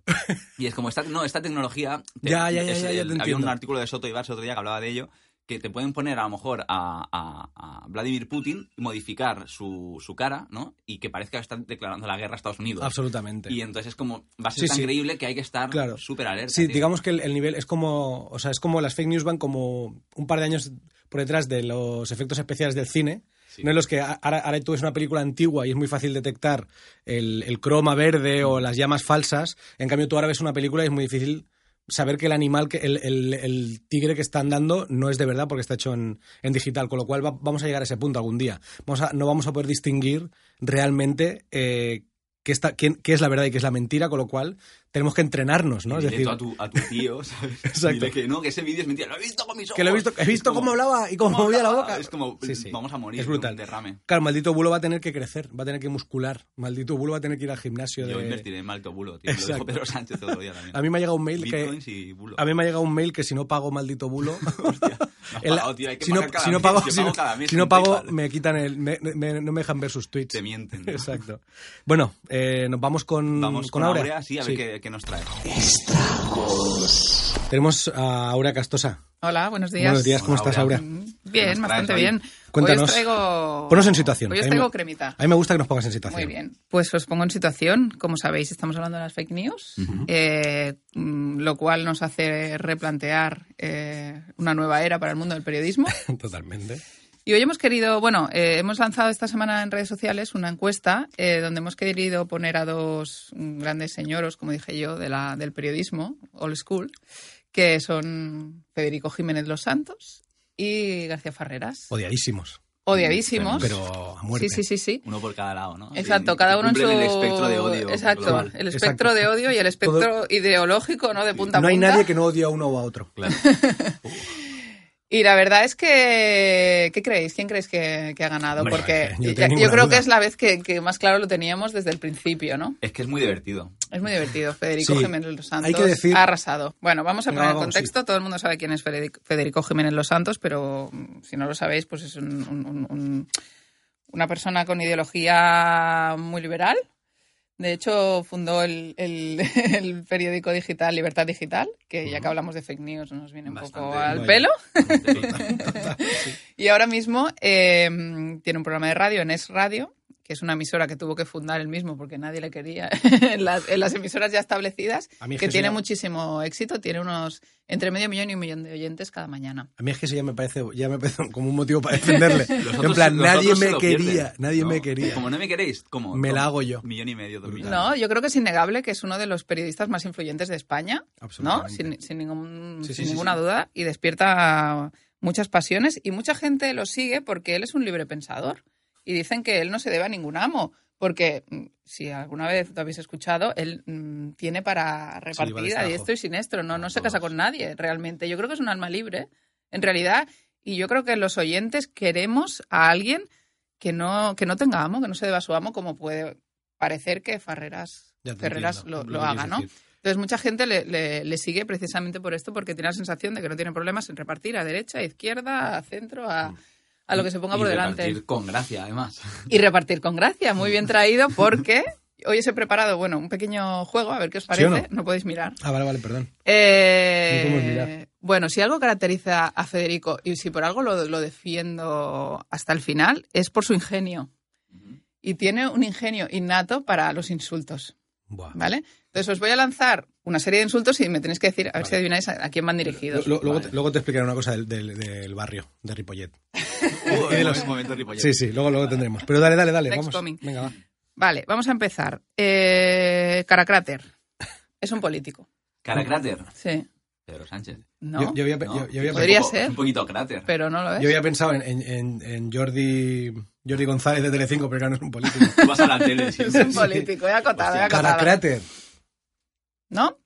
Speaker 2: y es como, esta, no, esta tecnología...
Speaker 1: Ya, ya, ya,
Speaker 2: es
Speaker 1: ya, ya te
Speaker 2: Había un
Speaker 1: entiendo.
Speaker 2: artículo de Soto y Barça otro día que hablaba de ello, que te pueden poner a lo mejor a, a- a Vladimir Putin, modificar su, su cara, ¿no? Y que parezca que está declarando la guerra a Estados Unidos.
Speaker 1: Absolutamente.
Speaker 2: Y entonces es como, va a ser
Speaker 1: Sí,
Speaker 2: tan
Speaker 1: sí.
Speaker 2: creíble que hay que estar
Speaker 1: Claro.
Speaker 2: súper alerta.
Speaker 1: Sí,
Speaker 2: tío.
Speaker 1: digamos que el, el nivel es como, o sea, es como las fake news van como un par de años por detrás de los efectos especiales del cine,
Speaker 2: Sí.
Speaker 1: no en los que a- ahora, ahora tú ves una película antigua y es muy fácil detectar el, el croma verde o las llamas falsas, en cambio tú ahora ves una película y es muy difícil saber que el animal, que el, el- el tigre que están dando no es de verdad porque está hecho en, en digital, con lo cual va- vamos a llegar a ese punto algún día. Vamos a- no vamos a poder distinguir realmente... eh, qué está- quién- qué es la verdad y qué es la mentira, con lo cual tenemos que entrenarnos, ¿no?
Speaker 2: ¿no?
Speaker 1: Es decir,
Speaker 2: a, tu, a tu tío, ¿sabes?
Speaker 1: Exacto.
Speaker 2: Dile que no, que ese vídeo es mentira. Lo he visto con mis ojos.
Speaker 1: que lo he visto, he
Speaker 2: Es
Speaker 1: visto cómo
Speaker 2: como-
Speaker 1: hablaba y cómo,
Speaker 2: ¿cómo
Speaker 1: movía la
Speaker 2: hablaba?
Speaker 1: boca.
Speaker 2: Es como,
Speaker 1: Sí, sí.
Speaker 2: vamos a morir.
Speaker 1: Es brutal.
Speaker 2: Un derrame.
Speaker 1: Claro, el maldito bulo va a tener que crecer, va a tener que muscular. Maldito bulo va a tener que ir al gimnasio.
Speaker 2: Yo
Speaker 1: de-
Speaker 2: invertiré en Malto Bulo, tío. Lo
Speaker 1: Exacto.
Speaker 2: dijo Pedro Sánchez el otro día también.
Speaker 1: A mí me ha llegado un mail que
Speaker 2: Bitcoins y Bulo.
Speaker 1: a mí me ha llegado un mail que si no pago maldito bulo,
Speaker 2: No has
Speaker 1: el-
Speaker 2: pagado, tío, hay que
Speaker 1: si no
Speaker 2: pagar cada
Speaker 1: si no
Speaker 2: mes,
Speaker 1: pago
Speaker 2: yo
Speaker 1: si no-
Speaker 2: cada mes
Speaker 1: si no
Speaker 2: en
Speaker 1: pago
Speaker 2: PayPal.
Speaker 1: me quitan el me- me- no me dejan ver sus tweets.
Speaker 2: Te mienten. ¿no?
Speaker 1: Exacto. Bueno, eh, nos vamos con
Speaker 2: Vamos con,
Speaker 1: Aurea.
Speaker 2: Aurea, sí, a ver Qué, qué nos trae.
Speaker 1: Tenemos a Aurea Castosa.
Speaker 3: Hola, buenos días.
Speaker 1: Buenos días, ¿cómo
Speaker 2: Hola,
Speaker 1: estás,
Speaker 2: Aurea.
Speaker 1: Aurea?
Speaker 3: Mm,
Speaker 2: nos traes
Speaker 3: Bien, bastante
Speaker 2: hoy?
Speaker 3: bien. Hoy
Speaker 1: Cuéntanos.
Speaker 3: os traigo...
Speaker 1: Ponos en situación.
Speaker 3: Hoy
Speaker 1: A
Speaker 3: os
Speaker 1: mí
Speaker 3: traigo
Speaker 1: me-
Speaker 3: cremita.
Speaker 1: A mí me gusta que nos pongas en situación.
Speaker 3: Muy bien. Pues os pongo en situación. Como sabéis, estamos hablando de las fake news, eh, mm, lo cual nos hace replantear eh, una nueva era para el mundo del periodismo.
Speaker 1: Totalmente.
Speaker 3: Y hoy hemos querido, bueno, eh, hemos lanzado esta semana en redes sociales una encuesta eh, donde hemos querido poner a dos mm, grandes señoros, como dije yo, de la, del periodismo, old school, que son Federico Jiménez Los Santos y García Ferreras.
Speaker 1: Odiadísimos,
Speaker 3: Odiadísimos.
Speaker 1: pero a muerte.
Speaker 3: sí, sí, sí, sí.
Speaker 2: Uno por cada lado, ¿no?
Speaker 3: Exacto,
Speaker 2: Y-
Speaker 3: cada
Speaker 2: y
Speaker 3: uno en su...
Speaker 2: cumplen el espectro de odio.
Speaker 3: Exacto,
Speaker 2: global.
Speaker 3: el espectro
Speaker 1: Exacto.
Speaker 3: de odio y el espectro
Speaker 1: Todo-
Speaker 3: ideológico, ¿no? De punta a
Speaker 1: No hay
Speaker 3: punta.
Speaker 1: nadie que no odie a uno o a otro.
Speaker 2: Claro.
Speaker 3: Y la verdad es que. ¿Qué creéis? ¿Quién creéis que, que ha ganado?
Speaker 1: Hombre,
Speaker 3: Porque
Speaker 1: yo no tengo
Speaker 3: ya- yo,
Speaker 1: ninguna
Speaker 3: creo
Speaker 1: duda.
Speaker 3: que es la vez que, que más claro lo teníamos desde el principio, ¿no?
Speaker 2: Es que es muy divertido.
Speaker 3: Es muy divertido. Federico
Speaker 1: Sí.
Speaker 3: Jiménez Los Santos
Speaker 1: Hay que decir-
Speaker 3: ha arrasado. Bueno, vamos a
Speaker 1: Venga,
Speaker 3: poner en
Speaker 1: vamos,
Speaker 3: contexto. Todo el mundo sabe quién es Federico, Federico Jiménez Los Santos, pero mm, si no lo sabéis, pues es un- un- un- un- una persona con ideología muy liberal. De hecho, fundó el, el- el periódico digital Libertad Digital, que ya que hablamos de fake news nos viene un poco
Speaker 2: Bastante.
Speaker 3: al
Speaker 1: Vaya.
Speaker 3: pelo.
Speaker 1: Total, sí.
Speaker 3: Y ahora mismo eh, tiene un programa de radio en Es Radio, que es una emisora que tuvo que fundar él mismo porque nadie le quería en, las, en las emisoras ya establecidas,
Speaker 1: A mí es
Speaker 3: que
Speaker 1: que
Speaker 3: tiene
Speaker 1: sea-
Speaker 3: muchísimo éxito, tiene unos entre medio millón y un millón de oyentes cada mañana.
Speaker 1: A mí es que eso ya me parece, ya me parece como un motivo para defenderle.
Speaker 2: Los
Speaker 1: en
Speaker 2: otros-
Speaker 1: plan,
Speaker 2: los
Speaker 1: nadie
Speaker 2: otros se
Speaker 1: me
Speaker 2: lo
Speaker 1: quería,
Speaker 2: pierden.
Speaker 1: nadie
Speaker 2: No,
Speaker 1: me quería.
Speaker 2: Como no me queréis, ¿cómo?
Speaker 1: Me la
Speaker 2: Toma,
Speaker 1: hago yo.
Speaker 2: Millón y medio, dos millones.
Speaker 3: No, yo creo que es innegable que es uno de los periodistas más influyentes de España, ¿no?
Speaker 1: Absolutamente.
Speaker 3: Sin, sin ningún-
Speaker 1: Sí, sí,
Speaker 3: sin
Speaker 1: sí,
Speaker 3: ninguna
Speaker 1: sí.
Speaker 3: duda, y despierta muchas pasiones y mucha gente lo sigue porque él es un libre pensador y dicen que él no se debe a ningún amo. Porque mm, si alguna vez lo habéis escuchado, él mm, tiene para repartir a
Speaker 1: destajo.
Speaker 3: diestro y siniestro, no,
Speaker 2: Como
Speaker 3: no se casa
Speaker 2: todos.
Speaker 3: con nadie realmente. Yo creo que es un alma libre, en realidad, y yo creo que los oyentes queremos a alguien que no, que no tenga amo, que no se deba a su amo, como puede parecer que Ferreras,
Speaker 1: Ya te
Speaker 3: Ferreras
Speaker 1: entiendo,
Speaker 3: lo,
Speaker 1: lo
Speaker 3: lo
Speaker 1: que
Speaker 3: haga,
Speaker 1: quieres
Speaker 3: ¿no?
Speaker 1: decir.
Speaker 3: Entonces mucha gente le, le- le sigue precisamente por esto, porque tiene la sensación de que no tiene problemas en repartir a derecha, a izquierda, a centro,
Speaker 1: Mm.
Speaker 3: a, a lo que se ponga
Speaker 2: Y
Speaker 3: por delante.
Speaker 2: repartir con gracia, además.
Speaker 3: Y repartir con gracia, muy bien traído, porque hoy os he preparado, bueno, un pequeño juego, a ver qué os
Speaker 1: ¿Sí o
Speaker 3: parece,
Speaker 1: no?
Speaker 3: no? podéis mirar.
Speaker 1: Ah, vale, vale, perdón.
Speaker 3: Eh,
Speaker 1: No podemos mirar.
Speaker 3: Bueno, si algo caracteriza a Federico, y si por algo lo, lo defiendo hasta el final, es por su ingenio. Y tiene un ingenio innato para los insultos.
Speaker 1: Buah.
Speaker 3: ¿Vale? Entonces os voy a lanzar una serie de insultos y me tenéis que decir, a ver si adivináis a, a quién van
Speaker 1: Lo-
Speaker 3: dirigidos.
Speaker 1: lo- luego,
Speaker 2: Vale.
Speaker 1: te, luego te explicaré una cosa del, del- del barrio, de Ripollet.
Speaker 2: Uy,
Speaker 1: de los-
Speaker 2: un momento ripollet.
Speaker 1: Sí, sí, luego, luego tendremos. Pero dale, dale, dale,
Speaker 3: Next
Speaker 1: vamos.
Speaker 3: coming.
Speaker 1: Venga, va.
Speaker 3: Vale, vamos a empezar. Eh, Caracráter. Es un político.
Speaker 2: Cara cráter.
Speaker 3: Sí.
Speaker 2: Pedro Sánchez.
Speaker 3: No,
Speaker 1: Yo, yo había,
Speaker 2: No,
Speaker 1: yo- yo había-
Speaker 3: Podría
Speaker 2: un poco-
Speaker 3: ser.
Speaker 2: Un poquito cráter.
Speaker 3: pero no lo es.
Speaker 1: yo había pensado en, en- en- en Jordi, Jordi González de Telecinco, pero claro, no es un político.
Speaker 2: Tú vas a la tele
Speaker 3: es
Speaker 2: siempre.
Speaker 3: un político, he acotado, he
Speaker 2: Hostia,
Speaker 3: acotado.
Speaker 1: Caracráter.
Speaker 3: ¿No,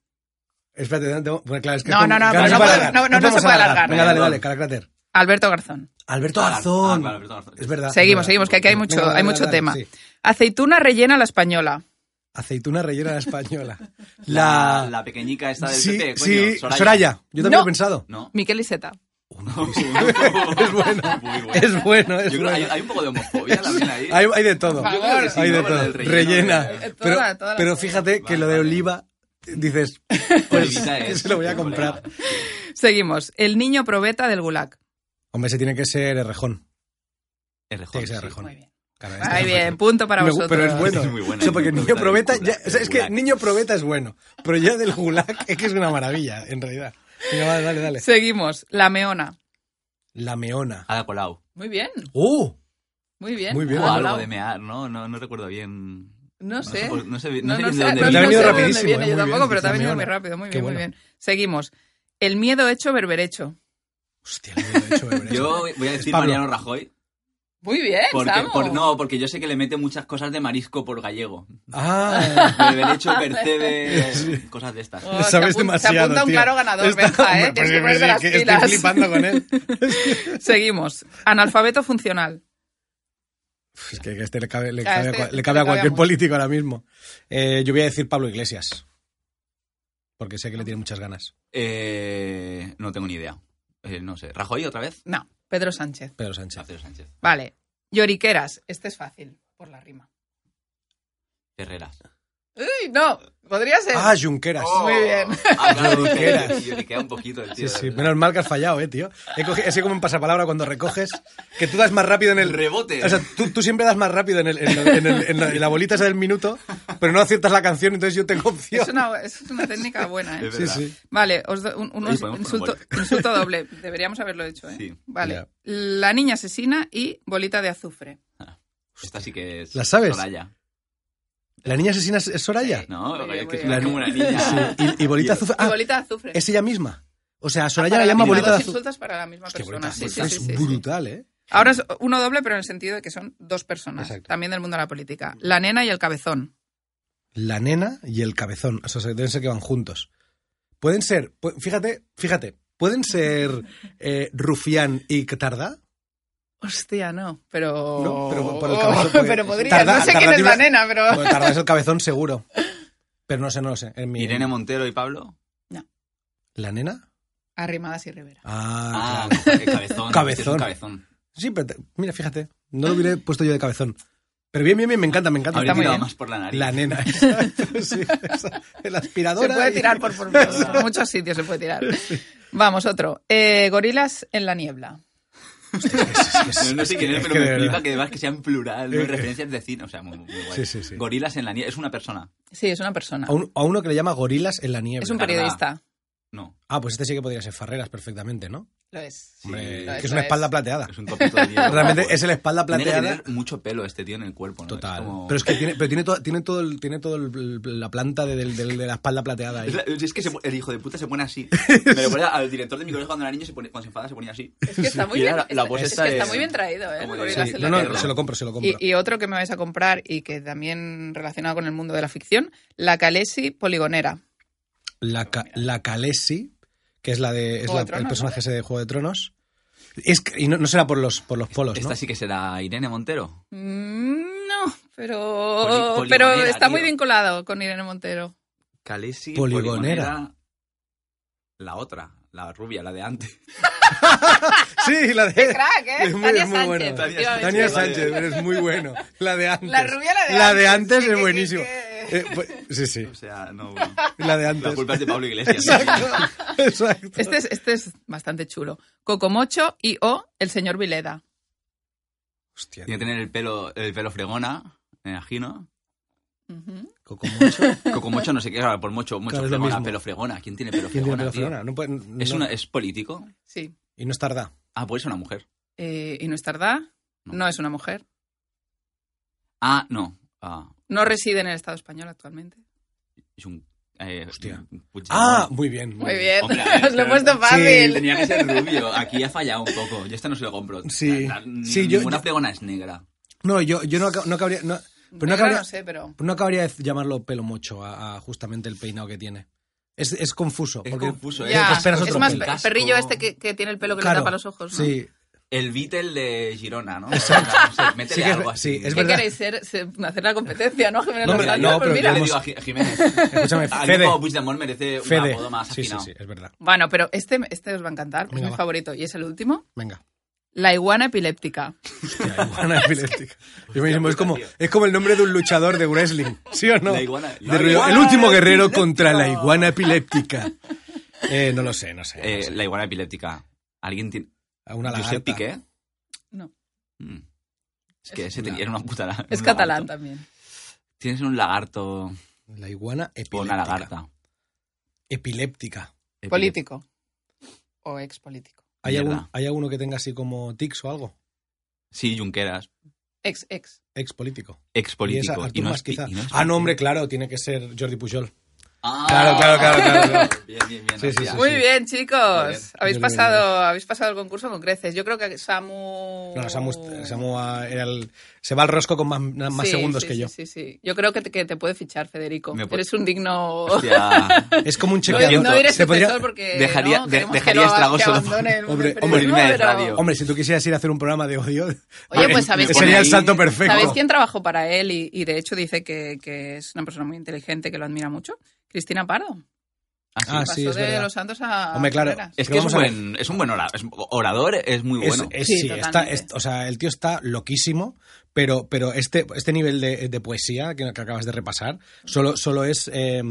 Speaker 1: Espérate, tengo- bueno, claro, es que
Speaker 3: No,
Speaker 1: tengo-
Speaker 3: no, no,
Speaker 1: claro,
Speaker 3: pero no
Speaker 1: puedo
Speaker 3: puede-
Speaker 1: alargar,
Speaker 3: no, no, no se
Speaker 1: podemos
Speaker 3: puede
Speaker 1: alargar.
Speaker 3: alargar. ¿eh?
Speaker 1: Venga, dale,
Speaker 2: Perdón.
Speaker 1: dale, Caracráter.
Speaker 3: Alberto Garzón.
Speaker 1: Alberto
Speaker 2: Ah, ah,
Speaker 1: Garzón.
Speaker 2: vale, Alberto Garzón.
Speaker 1: Es verdad.
Speaker 3: Seguimos,
Speaker 1: es verdad.
Speaker 3: seguimos, que aquí hay
Speaker 2: Venga,
Speaker 3: mucho,
Speaker 1: Venga, dale,
Speaker 3: hay
Speaker 1: dale,
Speaker 3: mucho
Speaker 1: dale,
Speaker 3: tema.
Speaker 1: sí.
Speaker 3: Aceituna rellena a la española.
Speaker 1: Aceituna rellena a la española.
Speaker 2: La,
Speaker 1: La.
Speaker 2: la pequeñica esta del
Speaker 1: sí,
Speaker 2: PP, coño,
Speaker 1: sí, Soraya. Yo también
Speaker 3: No.
Speaker 1: lo he pensado.
Speaker 2: No.
Speaker 3: Miquel Iseta.
Speaker 2: es bueno.
Speaker 1: Es bueno, es
Speaker 2: Yo creo que
Speaker 1: bueno.
Speaker 2: hay, hay un poco de homofobia también ahí.
Speaker 1: Hay, hay de todo.
Speaker 3: Por favor.
Speaker 1: Hay
Speaker 3: Sí,
Speaker 1: de
Speaker 2: vamos,
Speaker 1: todo.
Speaker 2: el relleno
Speaker 1: Rellena.
Speaker 2: de-
Speaker 3: Eh,
Speaker 1: pero,
Speaker 3: toda la- toda la-
Speaker 1: pero fíjate que
Speaker 2: Vale,
Speaker 1: lo de
Speaker 2: vale.
Speaker 1: Oliva, dices, pues
Speaker 2: Olivita es,
Speaker 1: se lo voy a
Speaker 2: sin
Speaker 1: comprar.
Speaker 2: problema.
Speaker 3: Seguimos. El niño probeta del Gulag.
Speaker 1: Hombre, se tiene que ser Errejón.
Speaker 2: Es
Speaker 1: Tiene que ser
Speaker 2: rejón, sí.
Speaker 1: Errejón.
Speaker 3: Muy bien.
Speaker 1: Claro, este
Speaker 3: Muy
Speaker 1: es
Speaker 3: bien,
Speaker 1: Errejón.
Speaker 3: punto para
Speaker 1: Me-
Speaker 3: vosotros.
Speaker 1: pero es bueno.
Speaker 2: Es muy bueno,
Speaker 1: O sea, porque
Speaker 2: Niño
Speaker 1: niño probeta,
Speaker 2: Probeta del
Speaker 1: ya,
Speaker 2: Gulag,
Speaker 1: o sea, es que
Speaker 2: del Gulag.
Speaker 1: niño probeta es bueno, pero ya del gulag es que es una maravilla, en realidad. Venga, vale, dale, dale.
Speaker 3: Seguimos. La meona.
Speaker 1: La meona.
Speaker 2: Ada Colau.
Speaker 3: Muy bien,
Speaker 1: ¡Uh!
Speaker 3: muy bien.
Speaker 1: Muy bien.
Speaker 2: O
Speaker 3: Ah,
Speaker 2: algo
Speaker 3: hola.
Speaker 2: de mear, ¿no? No, no recuerdo bien.
Speaker 3: No sé.
Speaker 2: por- No sé, no
Speaker 3: No,
Speaker 2: sé
Speaker 3: no
Speaker 2: bien
Speaker 1: Pero
Speaker 2: de dónde
Speaker 3: sé, no-
Speaker 1: te
Speaker 3: no
Speaker 1: ha
Speaker 2: viene.
Speaker 1: venido
Speaker 3: sé de dónde
Speaker 1: rapidísimo,
Speaker 3: viene
Speaker 1: eh,
Speaker 3: yo
Speaker 1: muy
Speaker 3: tampoco,
Speaker 1: bien,
Speaker 3: pero te ha
Speaker 1: dice
Speaker 3: venido muy
Speaker 1: Meona.
Speaker 3: rápido, muy
Speaker 1: Qué
Speaker 3: bien, muy
Speaker 1: bueno.
Speaker 3: bien. Seguimos. El miedo hecho berberecho.
Speaker 1: Hostia, lo he hecho,
Speaker 2: Yo voy a decir
Speaker 1: Pablo.
Speaker 2: Mariano Rajoy.
Speaker 3: Muy bien,
Speaker 2: Porque,
Speaker 3: Samu.
Speaker 2: por- no, porque yo sé que le mete muchas cosas de marisco por gallego.
Speaker 1: Ah,
Speaker 2: Berberecho, percebe, cosas de estas.
Speaker 3: Oh, se
Speaker 1: sabes
Speaker 3: apun-
Speaker 1: demasiado.
Speaker 3: Se apunta un
Speaker 1: tío.
Speaker 3: claro ganador,
Speaker 1: Está-
Speaker 3: Benja,
Speaker 1: hombre,
Speaker 3: ¿eh? Tienes que
Speaker 1: pues,
Speaker 3: ponerte las
Speaker 1: que estoy
Speaker 3: pilas.
Speaker 1: flipando con él.
Speaker 3: Seguimos. Analfabeto funcional.
Speaker 1: Es que este le cabe, le
Speaker 3: Claro,
Speaker 1: cabe a
Speaker 3: este-
Speaker 1: cua- le cabe
Speaker 3: este le
Speaker 1: a
Speaker 3: cabe a
Speaker 1: cualquier
Speaker 3: mucho.
Speaker 1: político ahora mismo. Eh, yo voy a decir Pablo Iglesias. Porque sé que le tiene muchas ganas.
Speaker 2: Eh, no tengo ni idea. Eh, no sé. ¿Rajoy otra vez?
Speaker 3: No, Pedro Sánchez.
Speaker 1: Pedro Sánchez.
Speaker 2: Pedro Sánchez.
Speaker 3: Vale. Lloriqueras. Este es fácil, por la rima.
Speaker 2: Herreras.
Speaker 3: Uy, no, podría ser.
Speaker 1: Ah, Junqueras.
Speaker 3: Muy bien.
Speaker 2: Ah,
Speaker 1: Lo
Speaker 2: claro,
Speaker 1: que era.
Speaker 2: yo le queda un poquito el
Speaker 1: Sí,
Speaker 2: tío.
Speaker 1: sí. Menos mal que has fallado, eh, tío. He cogido- así como un pasapalabra cuando recoges, que tú das más rápido en
Speaker 2: El
Speaker 1: el...
Speaker 2: rebote.
Speaker 1: O sea, tú, tú siempre das más rápido en, el- en el- en el- en la, en la bolita esa del minuto, pero no aciertas la canción, entonces yo tengo opción.
Speaker 3: es, una, es una técnica buena, ¿eh?
Speaker 2: Es
Speaker 1: Sí,
Speaker 2: verdad.
Speaker 1: sí.
Speaker 3: Vale, os do- un, unos
Speaker 2: Ahí podemos
Speaker 3: insulto,
Speaker 2: poner
Speaker 3: insulto doble. Deberíamos haberlo hecho, ¿eh?
Speaker 2: Sí.
Speaker 3: Vale.
Speaker 1: Ya.
Speaker 3: La niña asesina y bolita de azufre.
Speaker 2: Esta sí que es.
Speaker 1: ¿La sabes?
Speaker 2: Soraya.
Speaker 1: ¿La niña asesina es es Soraya?
Speaker 2: No,
Speaker 3: Muy
Speaker 2: es
Speaker 3: bien,
Speaker 2: que
Speaker 3: muy
Speaker 2: suena
Speaker 1: bien.
Speaker 2: como una niña.
Speaker 1: Sí. Y, y Bolita
Speaker 2: Y-
Speaker 1: Azufre...
Speaker 3: y
Speaker 1: Ah,
Speaker 3: bolita de azufre.
Speaker 1: es ella misma. O sea, Soraya
Speaker 3: Para
Speaker 1: la
Speaker 3: la
Speaker 1: llama
Speaker 3: misma-
Speaker 1: Bolita de
Speaker 3: dos
Speaker 1: Azufre.
Speaker 3: insultos para la misma
Speaker 1: Es que
Speaker 3: persona.
Speaker 1: Bolita
Speaker 3: Sí, sí,
Speaker 1: Azufre
Speaker 3: sí,
Speaker 1: es
Speaker 3: sí, sí.
Speaker 1: brutal, ¿eh?
Speaker 3: Ahora es uno doble, pero en el sentido de que son dos personas,
Speaker 1: Exacto.
Speaker 3: también del mundo de la política. La nena y el cabezón.
Speaker 1: la nena y el cabezón. O sea, se- deben ser que van juntos. Pueden ser, pu- fíjate, fíjate, pueden ser eh, Rufián y Tarda.
Speaker 3: Hostia, no, pero... Oh,
Speaker 1: No, pero por el cabezón puede-
Speaker 3: pero podría,
Speaker 1: Tarda-
Speaker 3: no sé quién es
Speaker 1: tardativa-
Speaker 3: la nena, pero...
Speaker 1: Bueno, Tarda es el cabezón seguro. Pero no sé, no lo sé. En mi-
Speaker 2: Irene Montero y Pablo.
Speaker 1: ¿La nena?
Speaker 3: Arrimadas y Rivera.
Speaker 1: Ah,
Speaker 2: Ah,
Speaker 1: claro.
Speaker 2: cojones, cabezón.
Speaker 1: Cabezón.
Speaker 2: Es un cabezón.
Speaker 1: Sí, pero te- mira, fíjate, no lo hubiera puesto yo de cabezón. Pero bien, bien, bien, me encanta, me encanta.
Speaker 2: Habría
Speaker 3: muy
Speaker 2: tirado
Speaker 3: bien.
Speaker 2: más por la nariz.
Speaker 1: La nena, exacto, sí, esa- el aspirador.
Speaker 3: Se puede tirar por, por- por muchos sitios, se puede tirar. Vamos, otro. Eh, gorilas en la niebla.
Speaker 2: No, no sé quién es,
Speaker 1: Es
Speaker 2: pero
Speaker 1: que de
Speaker 2: me flipa
Speaker 1: verdad.
Speaker 2: que además que sea en plural, no
Speaker 1: Eh, eh.
Speaker 2: hay referencias de cine, o sea, muy, muy guay.
Speaker 1: Sí, sí, sí.
Speaker 2: Gorilas en la nieve, es una persona.
Speaker 3: Sí, es una persona.
Speaker 1: A, un- a uno que le llama gorilas en la nieve.
Speaker 3: Es un
Speaker 2: Verdad.
Speaker 3: periodista.
Speaker 2: No,
Speaker 1: Ah, pues este sí que podría ser Ferreras perfectamente, ¿no?
Speaker 3: Lo es.
Speaker 2: Sí.
Speaker 1: Hombre,
Speaker 2: Lo es,
Speaker 1: que es una
Speaker 3: lo
Speaker 1: espalda
Speaker 3: es.
Speaker 1: plateada.
Speaker 2: es un topito de nieve.
Speaker 1: Ah. Realmente es la espalda
Speaker 2: Pues, Tiene que
Speaker 1: plateada.
Speaker 2: tener mucho pelo este tío en el cuerpo, ¿no?
Speaker 1: Total.
Speaker 2: Es como-
Speaker 1: Pero es que tiene, pero tiene, todo, tiene todo, el- tiene todo el- la planta de, del- del- de la espalda plateada ahí.
Speaker 2: Es, la- es que se pone- el hijo de puta se pone así. Me recuerda al director de mi colegio cuando era niño, se pone- cuando se enfada se ponía así.
Speaker 3: Es que está muy
Speaker 2: Y
Speaker 3: bien,
Speaker 2: era la- la
Speaker 3: es-
Speaker 2: voz
Speaker 3: es
Speaker 2: esta
Speaker 3: que
Speaker 2: de-
Speaker 3: está muy bien traído, ¿eh?
Speaker 2: como de-
Speaker 3: Gorilas
Speaker 1: Sí,
Speaker 3: en
Speaker 1: no,
Speaker 3: la
Speaker 1: no,
Speaker 3: niebla.
Speaker 1: se lo compro, se lo compro.
Speaker 3: Y, y otro que me vais a comprar y que también relacionado con el mundo de la ficción, la Calesi poligonera.
Speaker 1: La, Ca- la Khaleesi, que es la de es
Speaker 3: Juego
Speaker 1: la-
Speaker 3: de Tronos,
Speaker 1: el
Speaker 3: ¿no?
Speaker 1: personaje ese de Juego de Tronos. Es que- y no, no será por los, por los polos, ¿no?
Speaker 2: Esta sí que será Irene Montero.
Speaker 3: Mm, No, pero,
Speaker 2: Poli-
Speaker 3: pero
Speaker 2: poligonera,
Speaker 3: está muy
Speaker 2: tío.
Speaker 3: bien colado con Irene Montero.
Speaker 2: Calesi.
Speaker 1: Poligonera.
Speaker 2: La otra, la rubia, la de antes.
Speaker 1: Sí, la de...
Speaker 3: Crack, ¿eh?
Speaker 1: Es muy,
Speaker 3: Tania
Speaker 1: es muy
Speaker 3: Sánchez.
Speaker 1: bueno.
Speaker 2: Tania
Speaker 3: efectivamente.
Speaker 1: Tania
Speaker 2: Sí,
Speaker 1: Sánchez,
Speaker 2: vale.
Speaker 1: eres muy bueno. La de antes.
Speaker 3: La rubia, la de
Speaker 1: La
Speaker 3: antes.
Speaker 1: de antes
Speaker 3: Sí, que-
Speaker 1: es buenísimo.
Speaker 3: que-
Speaker 1: Eh, pues- sí, sí,
Speaker 2: O sea, no.
Speaker 1: la de antes.
Speaker 2: La culpa es de Pablo Iglesias.
Speaker 1: Exacto, exacto.
Speaker 3: Este es, este es bastante chulo. Cocomocho y O, el señor Vileda.
Speaker 1: Hostia,
Speaker 2: Tiene que tener el pelo, el pelo fregona, me imagino.
Speaker 3: Ujú.
Speaker 1: Coco Moncho.
Speaker 2: Coco Mocho no sé qué, ahora por Mocho, Mocho
Speaker 1: Claro, es lo
Speaker 2: fregona,
Speaker 1: mismo.
Speaker 2: pelo fregona. ¿Quién tiene pelo
Speaker 1: ¿Quién tiene
Speaker 2: fregona?
Speaker 1: pelo
Speaker 2: tío?
Speaker 1: fregona? No puede- no-
Speaker 2: ¿Es, una, ¿Es político?
Speaker 3: Sí.
Speaker 1: Y no es tarda.
Speaker 2: Ah, pues es una mujer.
Speaker 3: Eh, y no es tardá.
Speaker 2: No.
Speaker 3: No es una mujer.
Speaker 2: Ah, no. Ah,
Speaker 3: No reside en el Estado español actualmente.
Speaker 2: es un. eh,
Speaker 1: Hostia.
Speaker 2: un Puigdemont.
Speaker 1: Ah, muy bien.
Speaker 3: Muy bien.
Speaker 2: Hombre, a ver,
Speaker 3: Os lo he
Speaker 2: claro.
Speaker 3: puesto
Speaker 2: Que
Speaker 3: fácil.
Speaker 2: Tenía que ser rubio. Aquí ha fallado un poco. Yo esta no se lo compro.
Speaker 1: Sí.
Speaker 2: La- la- ni-
Speaker 1: Sí, yo-
Speaker 2: ninguna
Speaker 1: yo-
Speaker 2: fregona es negra.
Speaker 1: No, yo, yo no, aca- no cabría. No, pero no
Speaker 3: Negra
Speaker 1: acabaría,
Speaker 3: no sé, pero...
Speaker 1: no acabaría de llamarlo pelo mocho a, a justamente el peinado que tiene. Es, es confuso.
Speaker 2: Es
Speaker 1: porque
Speaker 2: confuso, ¿eh?
Speaker 3: Ya,
Speaker 1: esperas
Speaker 3: es
Speaker 1: otro
Speaker 3: más
Speaker 1: pelo.
Speaker 3: pe-
Speaker 2: Casco.
Speaker 3: perrillo este que, que tiene el pelo que
Speaker 1: Claro,
Speaker 3: le tapa los ojos, ¿no?
Speaker 1: Sí,
Speaker 2: El Beatle de Girona, ¿no? O sea, no sé, métele
Speaker 1: Sí que es-
Speaker 2: algo así.
Speaker 1: sí, es
Speaker 3: ¿Qué
Speaker 1: verdad.
Speaker 3: queréis ser, ser- hacer la competencia, no? Jimena
Speaker 1: No,
Speaker 3: Los
Speaker 1: hombre,
Speaker 3: Santos?
Speaker 1: no,
Speaker 3: Pues
Speaker 1: pero
Speaker 3: mira.
Speaker 2: Yo le
Speaker 1: vamos-
Speaker 2: digo a Ji- Jiménez.
Speaker 1: escúchame,
Speaker 2: A
Speaker 1: Fede.
Speaker 2: como Puigdemont merece un
Speaker 1: Fede.
Speaker 2: apodo más
Speaker 1: Sí, sí,
Speaker 2: afinado.
Speaker 1: sí, es verdad.
Speaker 3: Bueno, pero este, este os va a encantar, que
Speaker 1: Venga,
Speaker 3: es mi
Speaker 1: va.
Speaker 3: favorito. Y es el último.
Speaker 1: Venga.
Speaker 3: La iguana epiléptica.
Speaker 1: Hostia, iguana epiléptica. Yo me mismo, es,
Speaker 2: puta,
Speaker 1: como,
Speaker 2: tío.
Speaker 1: es como el nombre de un luchador de wrestling, ¿sí o no?
Speaker 2: La iguana-
Speaker 1: De
Speaker 2: la
Speaker 1: rollo,
Speaker 2: iguana
Speaker 1: el último guerrero
Speaker 2: epiléptica.
Speaker 1: contra la iguana epiléptica. Eh, no lo sé, no sé. no
Speaker 2: Eh,
Speaker 1: sé.
Speaker 2: la iguana epiléptica. ¿Alguien tiene...?
Speaker 1: A una
Speaker 2: ¿Josep
Speaker 1: lagarta.
Speaker 2: Piqué?
Speaker 3: No.
Speaker 2: Mm. Es que ese tenía era una puta... la-
Speaker 3: Es
Speaker 2: un
Speaker 3: catalán
Speaker 2: lagarto.
Speaker 3: también.
Speaker 2: Tienes un lagarto
Speaker 1: La iguana
Speaker 2: o
Speaker 1: epiléptica.
Speaker 2: una lagarta.
Speaker 1: Epiléptica.
Speaker 3: Político. O expolítico.
Speaker 1: ¿Hay,
Speaker 2: Mierda.
Speaker 1: algún- ¿Hay alguno que tenga así como tics o algo?
Speaker 2: Sí, Junqueras.
Speaker 3: Ex, ex.
Speaker 1: Ex político.
Speaker 2: Ex
Speaker 1: Y esa,
Speaker 2: político.
Speaker 1: Artur Mas, quizá.
Speaker 2: pi- y no es
Speaker 1: ah, no,
Speaker 2: pi-
Speaker 1: hombre, claro, tiene que ser Jordi Pujol.
Speaker 2: Ah,
Speaker 1: Claro, claro, claro, claro, claro.
Speaker 2: Bien, bien, bien.
Speaker 1: Sí, sí,
Speaker 2: hostia.
Speaker 1: sí,
Speaker 3: Muy
Speaker 1: sí.
Speaker 3: bien, chicos.
Speaker 2: Muy bien.
Speaker 3: Habéis
Speaker 1: Yo creo que
Speaker 3: pasado, habéis pasado el concurso con creces. Yo creo que Samu.
Speaker 1: No, Samu, Samu, ah, era el- se va al rosco con más, más
Speaker 3: Sí,
Speaker 1: segundos
Speaker 3: sí,
Speaker 1: que
Speaker 3: sí,
Speaker 1: yo.
Speaker 3: Sí, sí. Yo creo que te, que te puede fichar, Federico.
Speaker 2: Me puede-
Speaker 3: Eres un digno.
Speaker 2: Hostia. Ah,
Speaker 1: Es como un
Speaker 3: No,
Speaker 1: chequeador.
Speaker 3: no diré
Speaker 1: Se podría-
Speaker 3: sucesor porque.
Speaker 2: Dejaría-
Speaker 3: ¿no?
Speaker 2: de-
Speaker 3: Queremos que
Speaker 2: dejaría
Speaker 3: lo-
Speaker 2: estragos
Speaker 3: que
Speaker 2: solo-
Speaker 3: abandone el
Speaker 1: Hombre,
Speaker 3: mundo del
Speaker 1: hombre,
Speaker 3: periodismo,
Speaker 2: irme de
Speaker 3: pero-
Speaker 2: radio.
Speaker 1: Hombre, si tú quisieras ir a hacer un programa de odio,
Speaker 3: Oye, pues
Speaker 2: Me
Speaker 3: sabéis
Speaker 2: pone
Speaker 1: sería el
Speaker 2: ahí-
Speaker 1: salto perfecto.
Speaker 3: ¿Sabéis quién trabajó para él? Y, y de hecho dice que, que es una persona muy inteligente, que lo admira mucho. Cristina Pardo.
Speaker 2: Así.
Speaker 1: Ah, sí,
Speaker 3: Pasó
Speaker 1: es
Speaker 3: de
Speaker 1: verdad.
Speaker 3: Los Santos a.
Speaker 1: Hombre, claro.
Speaker 3: Carreras.
Speaker 1: Pero
Speaker 2: Es que es,
Speaker 1: vamos
Speaker 2: un
Speaker 1: a ver.
Speaker 2: buen, es un buen orador, es, orador, es muy
Speaker 1: Es-
Speaker 2: bueno.
Speaker 1: es-
Speaker 3: Sí,
Speaker 1: sí, está,
Speaker 3: totalmente.
Speaker 1: es- o sea, el tío está loquísimo, pero, pero este, este nivel de, de poesía que, que acabas de repasar solo, solo es eh,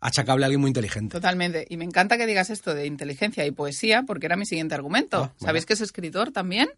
Speaker 1: achacable a alguien muy inteligente.
Speaker 3: Totalmente. Y me encanta que digas esto de inteligencia y poesía, porque era mi siguiente argumento.
Speaker 1: Ah, vale.
Speaker 3: ¿Sabéis que es escritor también?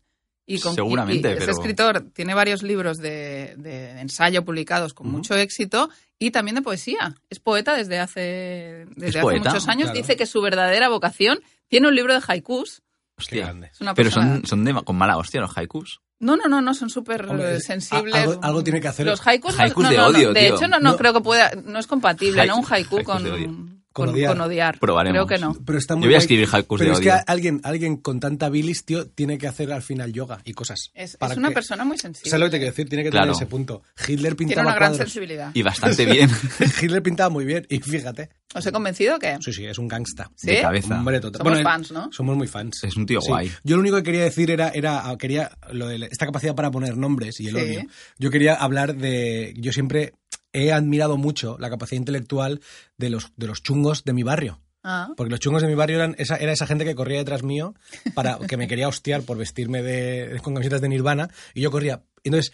Speaker 3: Y con-
Speaker 2: Seguramente,
Speaker 3: y- y es
Speaker 2: pero-
Speaker 3: escritor, tiene varios libros de, de ensayo publicados con
Speaker 1: Ujú.
Speaker 3: mucho éxito y también de poesía. Es poeta desde hace, desde hace
Speaker 2: poeta?
Speaker 3: muchos años.
Speaker 1: Claro.
Speaker 3: Dice que su verdadera vocación tiene un libro de haikus.
Speaker 1: Qué
Speaker 2: Hostia.
Speaker 1: grande.
Speaker 3: Es una
Speaker 2: Pero
Speaker 3: persona-
Speaker 2: son, son de, con mala hostia los haikus.
Speaker 3: No, no, no, no, son súper
Speaker 1: Hombre,
Speaker 3: eh,
Speaker 1: es-
Speaker 3: sensibles.
Speaker 1: a- algo- algo tiene que hacer-
Speaker 3: Los haikus, no-
Speaker 2: Haikus
Speaker 3: no,
Speaker 2: de
Speaker 3: no, no.
Speaker 2: odio,
Speaker 3: de
Speaker 2: tío.
Speaker 3: hecho, no, no,
Speaker 1: No.
Speaker 3: creo que pueda. No es compatible, ¿no? Un
Speaker 2: Haikus-
Speaker 3: haiku
Speaker 2: haikus
Speaker 3: con,
Speaker 2: de odio.
Speaker 3: con,
Speaker 1: Con odiar.
Speaker 3: con odiar.
Speaker 2: Probaremos.
Speaker 3: Creo que no.
Speaker 1: Pero está
Speaker 2: Yo
Speaker 1: muy
Speaker 2: voy a
Speaker 1: guay.
Speaker 2: escribir haikus
Speaker 1: Pero
Speaker 2: de
Speaker 1: es que
Speaker 2: odio.
Speaker 1: alguien, alguien con tanta bilis, tío, tiene que hacer al final yoga y cosas.
Speaker 3: Es,
Speaker 1: Para
Speaker 3: es una
Speaker 1: que-
Speaker 3: persona muy sensible.
Speaker 1: ¿Sabes lo que te quiero decir? Tiene que
Speaker 2: Claro.
Speaker 1: tener ese punto. Hitler
Speaker 3: Tiene
Speaker 1: pintaba
Speaker 3: una gran
Speaker 1: cuadros.
Speaker 3: sensibilidad.
Speaker 2: Y bastante bien.
Speaker 1: Hitler pintaba muy bien y fíjate.
Speaker 3: ¿Os he convencido o qué?
Speaker 1: Sí, sí, es un gangsta.
Speaker 3: ¿Sí?
Speaker 2: De cabeza.
Speaker 1: Hombre, total.
Speaker 3: Somos
Speaker 1: Bueno,
Speaker 3: fans, ¿no?
Speaker 1: Somos muy fans.
Speaker 2: Es un tío
Speaker 1: Sí.
Speaker 2: guay.
Speaker 1: Yo lo único que quería decir era, era ah, quería lo de la- esta capacidad para poner nombres y el
Speaker 3: Sí.
Speaker 1: odio. Yo quería hablar de. Yo siempre he admirado mucho la capacidad intelectual de los, de los chungos de mi barrio.
Speaker 3: Ah,
Speaker 1: Porque los chungos de mi barrio eran esa, era esa gente que corría detrás mío para que me quería hostiar por vestirme de, con camisetas de Nirvana y yo corría. Entonces,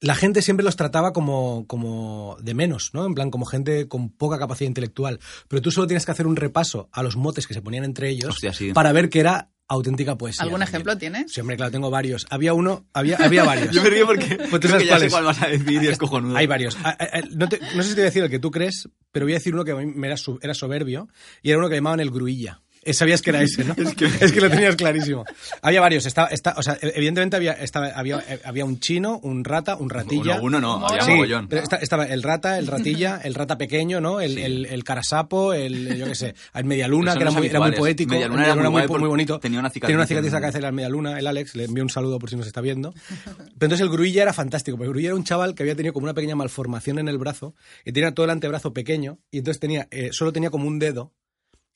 Speaker 1: la gente siempre los trataba como, como de menos, ¿no? En plan, como gente con poca capacidad intelectual. Pero tú solo tienes que hacer un repaso a los motes que se ponían entre ellos
Speaker 2: Hostia, sí.
Speaker 1: para ver que era auténtica poesía.
Speaker 3: ¿Algún
Speaker 1: también.
Speaker 3: ejemplo tienes?
Speaker 1: Sí, hombre, claro, tengo varios. Había uno, había, había varios.
Speaker 2: Yo me río porque
Speaker 1: tú
Speaker 2: creo
Speaker 1: sabes
Speaker 2: que ya
Speaker 1: cuál
Speaker 2: sé
Speaker 1: es.
Speaker 2: cuál vas a decir y es cojonudo.
Speaker 1: Hay varios. Ah, ah, ah, No, te- no sé si te voy a decir el que tú crees, pero voy a decir uno que a mí me era, su- era soberbio y era uno que llamaban el gruilla. Eh, Sabías que era ese, ¿no? es, que... lo tenías clarísimo. Había varios. Estaba, está, o sea, evidentemente había, estaba, había, eh, había un chino, un rata, un ratilla.
Speaker 2: Uno, uno no, había
Speaker 3: Sí,
Speaker 1: Sí,
Speaker 2: mogollón.
Speaker 1: pero esta- estaba el rata, el ratilla, el rata pequeño, ¿no? El,
Speaker 2: Sí.
Speaker 1: el, el carasapo, el, yo qué sé, el medialuna,
Speaker 2: Eso
Speaker 1: que era
Speaker 2: no es
Speaker 1: muy, era muy
Speaker 2: habitual, es-
Speaker 1: poético.
Speaker 2: Medialuna
Speaker 1: el
Speaker 2: era muy guay
Speaker 1: po-
Speaker 2: porque
Speaker 1: bonito.
Speaker 2: tenía una cicatriz
Speaker 1: Tenía una cicatriz en
Speaker 2: en-
Speaker 1: la cabeza de la medialuna, el Alex, le envió un saludo por si nos está viendo. Pero entonces el gruilla era fantástico, porque el gruilla era un chaval que había tenido como una pequeña malformación en el brazo, y tenía todo el antebrazo pequeño, y entonces tenía, eh, solo tenía como un dedo,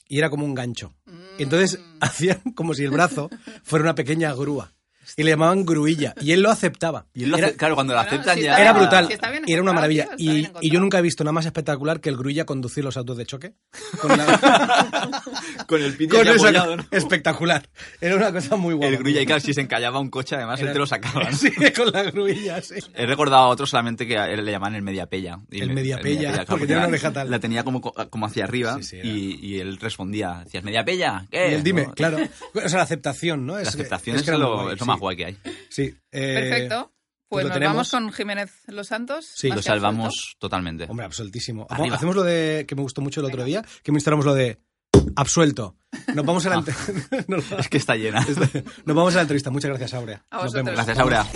Speaker 1: y era como un gancho. Y entonces hacían como si el brazo fuera una pequeña grúa. Y le llamaban gruilla. Y él lo aceptaba.
Speaker 2: Y él lo
Speaker 1: Era-
Speaker 2: hace- claro, cuando lo
Speaker 3: Bueno,
Speaker 2: aceptan
Speaker 3: sí
Speaker 2: ya...
Speaker 3: está
Speaker 1: era
Speaker 3: bien,
Speaker 1: brutal.
Speaker 3: sí está bien
Speaker 1: y era una maravilla.
Speaker 3: encontrado, tío, está bien
Speaker 1: Y,
Speaker 3: encontrado.
Speaker 1: y yo nunca he visto nada más espectacular que el grulla conducir los autos de choque. Con la-
Speaker 2: Con el pito
Speaker 1: con
Speaker 2: ya
Speaker 1: esa-
Speaker 2: apoyado, ¿no?
Speaker 1: Espectacular. Era una cosa muy guapa.
Speaker 2: El grulla, y claro, si se encallaba un coche, además, él
Speaker 1: Era-
Speaker 2: te lo sacaba. ¿no?
Speaker 1: Sí, con la grulla, sí.
Speaker 2: He recordado a otro solamente que a él le llamaban el mediapella. Y
Speaker 1: El
Speaker 2: me-
Speaker 1: mediapella, porque
Speaker 2: claro,
Speaker 1: tenía una
Speaker 2: la-
Speaker 1: oreja tal.
Speaker 2: La tenía como, co- como hacia arriba
Speaker 1: Sí, sí, era.
Speaker 2: y, y él respondía, decías, mediapella,
Speaker 1: Y
Speaker 2: ¿qué?
Speaker 1: el dime,
Speaker 2: No,
Speaker 1: claro. O sea, la aceptación, ¿no?
Speaker 2: La aceptación es,
Speaker 1: era
Speaker 2: lo,
Speaker 1: muy guay,
Speaker 2: es lo más
Speaker 1: sí.
Speaker 2: guay que hay.
Speaker 1: Sí. eh,
Speaker 3: Perfecto. Pues
Speaker 1: lo
Speaker 3: nos
Speaker 1: tenemos.
Speaker 3: vamos con Jiménez Los Santos.
Speaker 1: Sí,
Speaker 3: ¿Más
Speaker 2: Lo
Speaker 3: que absuelto?
Speaker 2: salvamos totalmente.
Speaker 1: Hombre, absolutísimo.
Speaker 2: Arriba.
Speaker 1: Hacemos lo de que me gustó mucho el otro día, que me instalamos lo de absuelto. Nos vamos a la, ante- nos,
Speaker 2: Es que está llena.
Speaker 1: nos vamos a la entrevista. Muchas gracias, Aurea.
Speaker 3: A
Speaker 1: nos
Speaker 3: vosotros.
Speaker 1: vemos.
Speaker 2: Gracias, Aurea.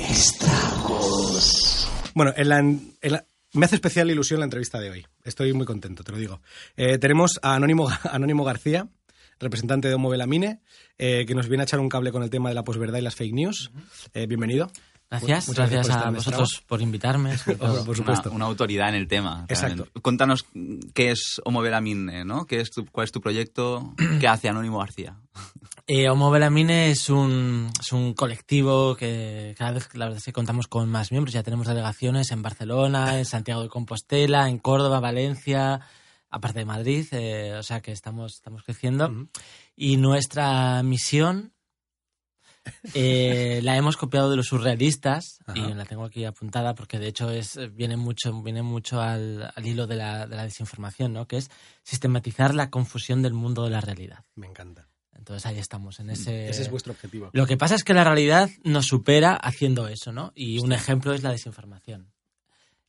Speaker 1: Bueno, en la- en la- me hace especial ilusión la entrevista de hoy. Estoy muy contento, te lo digo. Eh, tenemos a Anónimo, Ga- Anónimo García, representante de Homo Belamine, eh, que nos viene a echar un cable con el tema de la posverdad y las fake news. Eh, bienvenido.
Speaker 4: Gracias,
Speaker 1: Mu- muchas
Speaker 4: gracias,
Speaker 1: por estar
Speaker 4: a
Speaker 1: en nuestra
Speaker 4: vosotros por invitarme. sobre
Speaker 1: Hombre,
Speaker 4: todo.
Speaker 1: por
Speaker 2: Una,
Speaker 1: supuesto.
Speaker 2: una autoridad en el tema.
Speaker 1: Exacto.
Speaker 2: realmente. Contanos mm, qué es Homo Belamine, ¿no? ¿Qué es tu, ¿Cuál es tu proyecto? ¿Qué hace Anónimo García?
Speaker 4: Eh, Homo Belamine es un, es un colectivo que cada vez la verdad es que contamos con más miembros. Ya tenemos delegaciones en Barcelona, en Santiago de Compostela, en Córdoba, Valencia, aparte de Madrid. eh, o sea que estamos, estamos creciendo.
Speaker 1: Ujú.
Speaker 4: Y nuestra misión eh, la hemos copiado de los surrealistas
Speaker 1: Ajá.
Speaker 4: y la tengo aquí apuntada porque de hecho es, viene mucho, viene mucho al, al hilo de la, de la desinformación, ¿no? que es sistematizar la confusión del mundo de la realidad.
Speaker 1: Me encanta.
Speaker 4: Entonces ahí estamos, en ese...
Speaker 1: Mm, Ese es vuestro objetivo.
Speaker 4: Lo que pasa es que la realidad nos supera haciendo eso, ¿no? Y un ejemplo es la desinformación.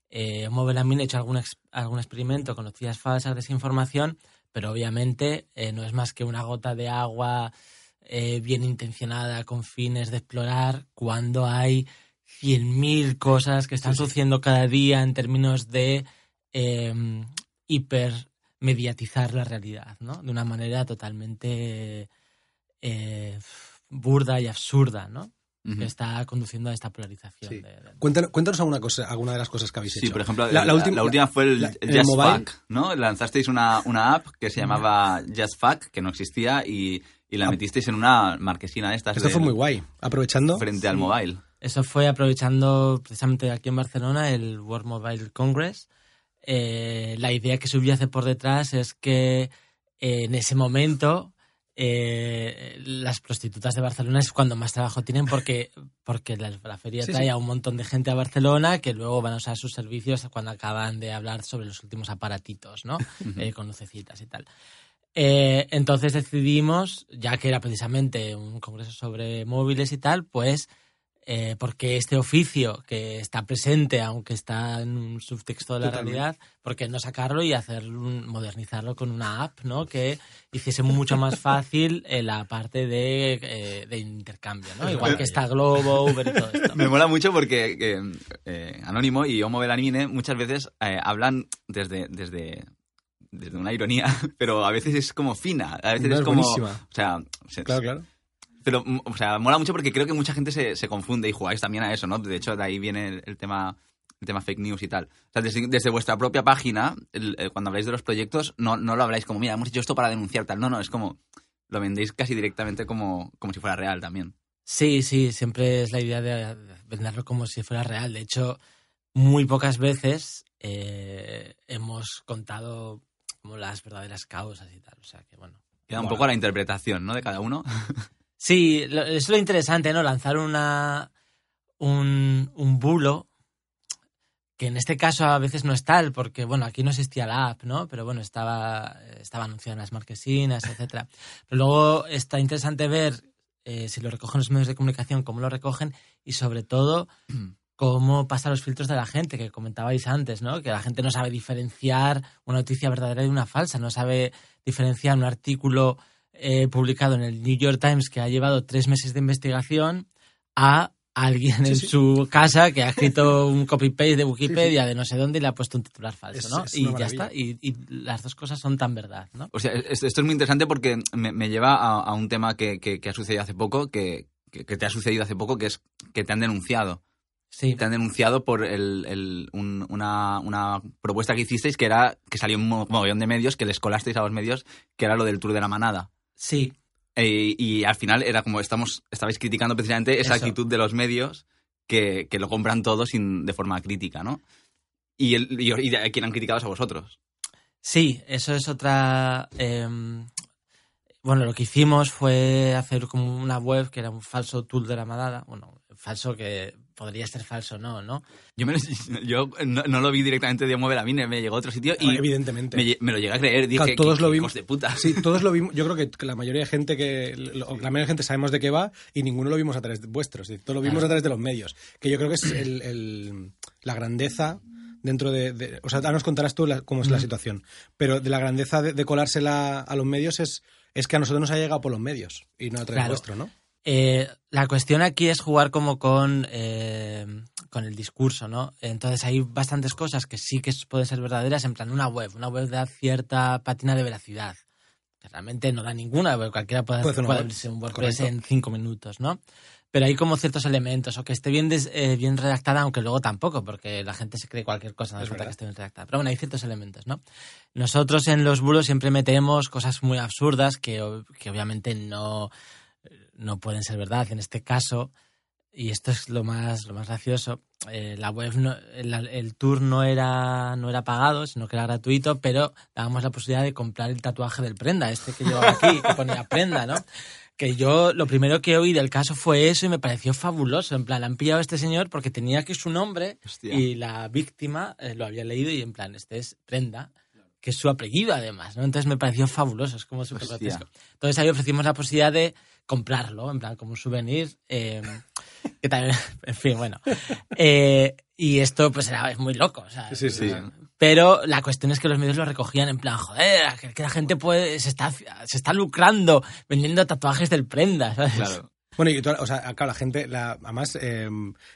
Speaker 4: Eh, Homo Belamine ha hecho algún, ex- algún experimento con noticias falsas, desinformación, pero obviamente eh, no es más que una gota de agua eh, bien intencionada con fines de explorar cuando hay 100.000 cosas que están sucediendo cada día en términos de eh, hiper mediatizar em, la realidad, ¿no? De una manera totalmente eh, burda y absurda, ¿no?
Speaker 2: Ujú.
Speaker 4: Que está conduciendo a esta polarización.
Speaker 1: Sí.
Speaker 4: de- de-
Speaker 1: Cuéntanos, cuéntanos alguna, cosa, alguna de las cosas que habéis hecho.
Speaker 2: Sí, por ejemplo,
Speaker 1: La-
Speaker 2: la,
Speaker 1: la última-
Speaker 2: la última fue el,
Speaker 1: la-
Speaker 2: el
Speaker 1: el
Speaker 2: Just
Speaker 1: mobile.
Speaker 2: Fuck, ¿no? Lanzasteis una, una app que se llamaba Just Fuck, que no existía, y, y la metisteis en una marquesina de estas
Speaker 1: Ah. Esto fue
Speaker 2: del-
Speaker 1: muy guay. Aprovechando.
Speaker 2: frente al mobile.
Speaker 4: Eso fue aprovechando precisamente aquí en Barcelona el World Mobile Congress. Eh, la idea que subyace por detrás es que eh, en ese momento eh, las prostitutas de Barcelona es cuando más trabajo tienen porque, porque la, la feria
Speaker 1: Sí,
Speaker 4: trae
Speaker 1: sí.
Speaker 4: a un montón de gente a Barcelona que luego van a usar sus servicios cuando acaban de hablar sobre los últimos aparatitos, ¿no? eh, con lucecitas y tal. Eh, entonces decidimos, ya que era precisamente un congreso sobre móviles y tal, pues eh, porque este oficio que está presente, aunque está en un subtexto de la
Speaker 1: Totalmente.
Speaker 4: realidad, ¿por qué no sacarlo y hacer un- modernizarlo con una app ¿no? que hiciese mucho más fácil eh, la parte de, eh, de intercambio? ¿no? Igual que está Globo, Uber y todo esto.
Speaker 2: Me mola mucho porque eh, eh, Anónimo y Homo Belamine muchas veces eh, hablan desde, desde, desde una ironía, pero a veces es como fina, a veces
Speaker 1: No,
Speaker 2: es,
Speaker 1: es
Speaker 2: como...
Speaker 1: buenísima.
Speaker 2: O sea, se-
Speaker 1: Claro, claro.
Speaker 2: pero, mm, o sea, mola mucho porque creo que mucha gente se, se confunde y jugáis también a eso, ¿no? De hecho, de ahí viene el, el tema el tema fake news y tal. O sea, desde, desde vuestra propia página, el- el- cuando habláis de los proyectos, no, no lo habláis como, mira, hemos hecho esto para denunciar tal. No, no, es como, lo vendéis casi directamente como, como si fuera real también.
Speaker 4: Sí, sí, siempre es la idea de venderlo como si fuera real. De hecho, muy pocas veces eh, hemos contado como las verdaderas causas y tal. O sea que bueno.
Speaker 2: Queda un
Speaker 4: Mola.
Speaker 2: poco a la interpretación, ¿no? De cada uno.
Speaker 4: Sí, lo- es lo interesante, ¿no? Lanzar una un, un bulo, que en este caso a veces no es tal, porque, bueno, aquí no existía la app, ¿no? Pero bueno, estaba, estaba anunciada en las marquesinas, etcétera. Pero luego está interesante ver eh, si lo recogen los medios de comunicación, cómo lo recogen y sobre todo cómo pasan los filtros de la gente, que comentabais antes, ¿no? Que la gente no sabe diferenciar una noticia verdadera de una falsa, no sabe diferenciar un artículo eh, publicado en el New York Times que ha llevado tres meses de investigación a alguien en su casa que ha escrito un copy-paste de Wikipedia de no sé dónde y le ha puesto un titular falso,
Speaker 1: Es-
Speaker 4: ¿no?
Speaker 1: es
Speaker 4: y
Speaker 1: una
Speaker 4: ya
Speaker 1: maravilla.
Speaker 4: está. Y, y las dos cosas son tan verdad, ¿no?
Speaker 2: O sea, es- esto es muy interesante porque me, me lleva a, a un tema que, que- que ha sucedido hace poco, que, que- que te ha sucedido hace poco, que es que te han denunciado.
Speaker 4: Sí.
Speaker 2: Te han denunciado por el- el- un- una, una propuesta que hicisteis que era que salió un mo- mogollón de medios, que les colasteis a los medios, que era lo del Tour de la Manada.
Speaker 4: Sí,
Speaker 2: E- y al final era como estamos, estabais criticando precisamente esa
Speaker 4: Eso.
Speaker 2: actitud de los medios que, que lo compran todo sin, de forma crítica, ¿no? Y, el, y, y a quien han criticado es a vosotros.
Speaker 4: Sí, eso es otra. em, bueno, lo que hicimos fue hacer como una web que era un falso tool de la manada. Bueno, falso que podría ser falso, no, ¿no?
Speaker 2: Yo, me lo- yo no, no lo vi directamente de Homo mine me llegó a otro sitio y
Speaker 1: Evidentemente.
Speaker 2: me, lle- me lo llegué a creer. Dije,
Speaker 1: Claro, todos
Speaker 2: "Qué-
Speaker 1: lo
Speaker 2: qué
Speaker 1: vimos.
Speaker 2: hijos de puta.
Speaker 1: Sí, todos lo vimos. Yo creo que la mayoría de gente que lo- la mayoría de gente sabemos de qué va y ninguno lo vimos a través de vuestros. es decir, Todo lo vimos
Speaker 4: Claro.
Speaker 1: a través de los medios. Que yo creo que es el- el- la grandeza dentro de, de- o sea, ahora nos contarás tú la- cómo es la situación. Pero de la grandeza de, de colársela a los medios es es que a nosotros nos ha llegado por los medios y no a través
Speaker 4: Claro.
Speaker 1: vuestro, ¿no?
Speaker 4: Eh, la cuestión aquí es jugar como con, eh, con el discurso, ¿no? Entonces hay bastantes cosas que sí que pueden ser verdaderas, en plan una web. Una web da cierta pátina de veracidad, que realmente no da ninguna, porque cualquiera puede,
Speaker 1: Puede hacer una
Speaker 4: puede
Speaker 1: web.
Speaker 4: abrirse un WordPress
Speaker 1: Correcto.
Speaker 4: en cinco minutos, ¿no? Pero hay como ciertos elementos, o que esté bien, des- eh, bien redactada, aunque luego tampoco, porque la gente se cree cualquier cosa, no
Speaker 1: Es
Speaker 4: hace falta
Speaker 1: verdad.
Speaker 4: que esté bien redactada. Pero bueno, hay ciertos elementos, ¿no? Nosotros en los bulos siempre metemos cosas muy absurdas que, ob- que obviamente no, no pueden ser verdad. En este caso, y esto es lo más, lo más gracioso, eh, la web no- el, el tour no era, no era pagado, sino que era gratuito, pero dábamos la posibilidad de comprar el tatuaje del prenda, este que llevaba aquí, que ponía prenda, ¿no? Que yo lo primero que oí del caso fue eso y me pareció fabuloso. En plan, han pillado a este señor porque tenía aquí su nombre
Speaker 2: Hostia.
Speaker 4: y la víctima eh, lo había leído y en plan, este es prenda, que es su apellido además, ¿no? Entonces me pareció fabuloso, es como súper
Speaker 2: Hostia.
Speaker 4: grotesco. Entonces ahí ofrecimos la posibilidad de comprarlo, en plan, como un souvenir. eh, que también, en fin, bueno. Eh, y esto, pues, era es muy loco. o sea,
Speaker 1: Sí, sí.
Speaker 4: Pero la cuestión es que los medios lo recogían en plan, joder, que, que la gente puede, se está, se está lucrando vendiendo tatuajes del prenda, ¿sabes?
Speaker 2: Claro.
Speaker 1: Bueno, y toda- o sea, ah, claro, la gente, la, además, eh,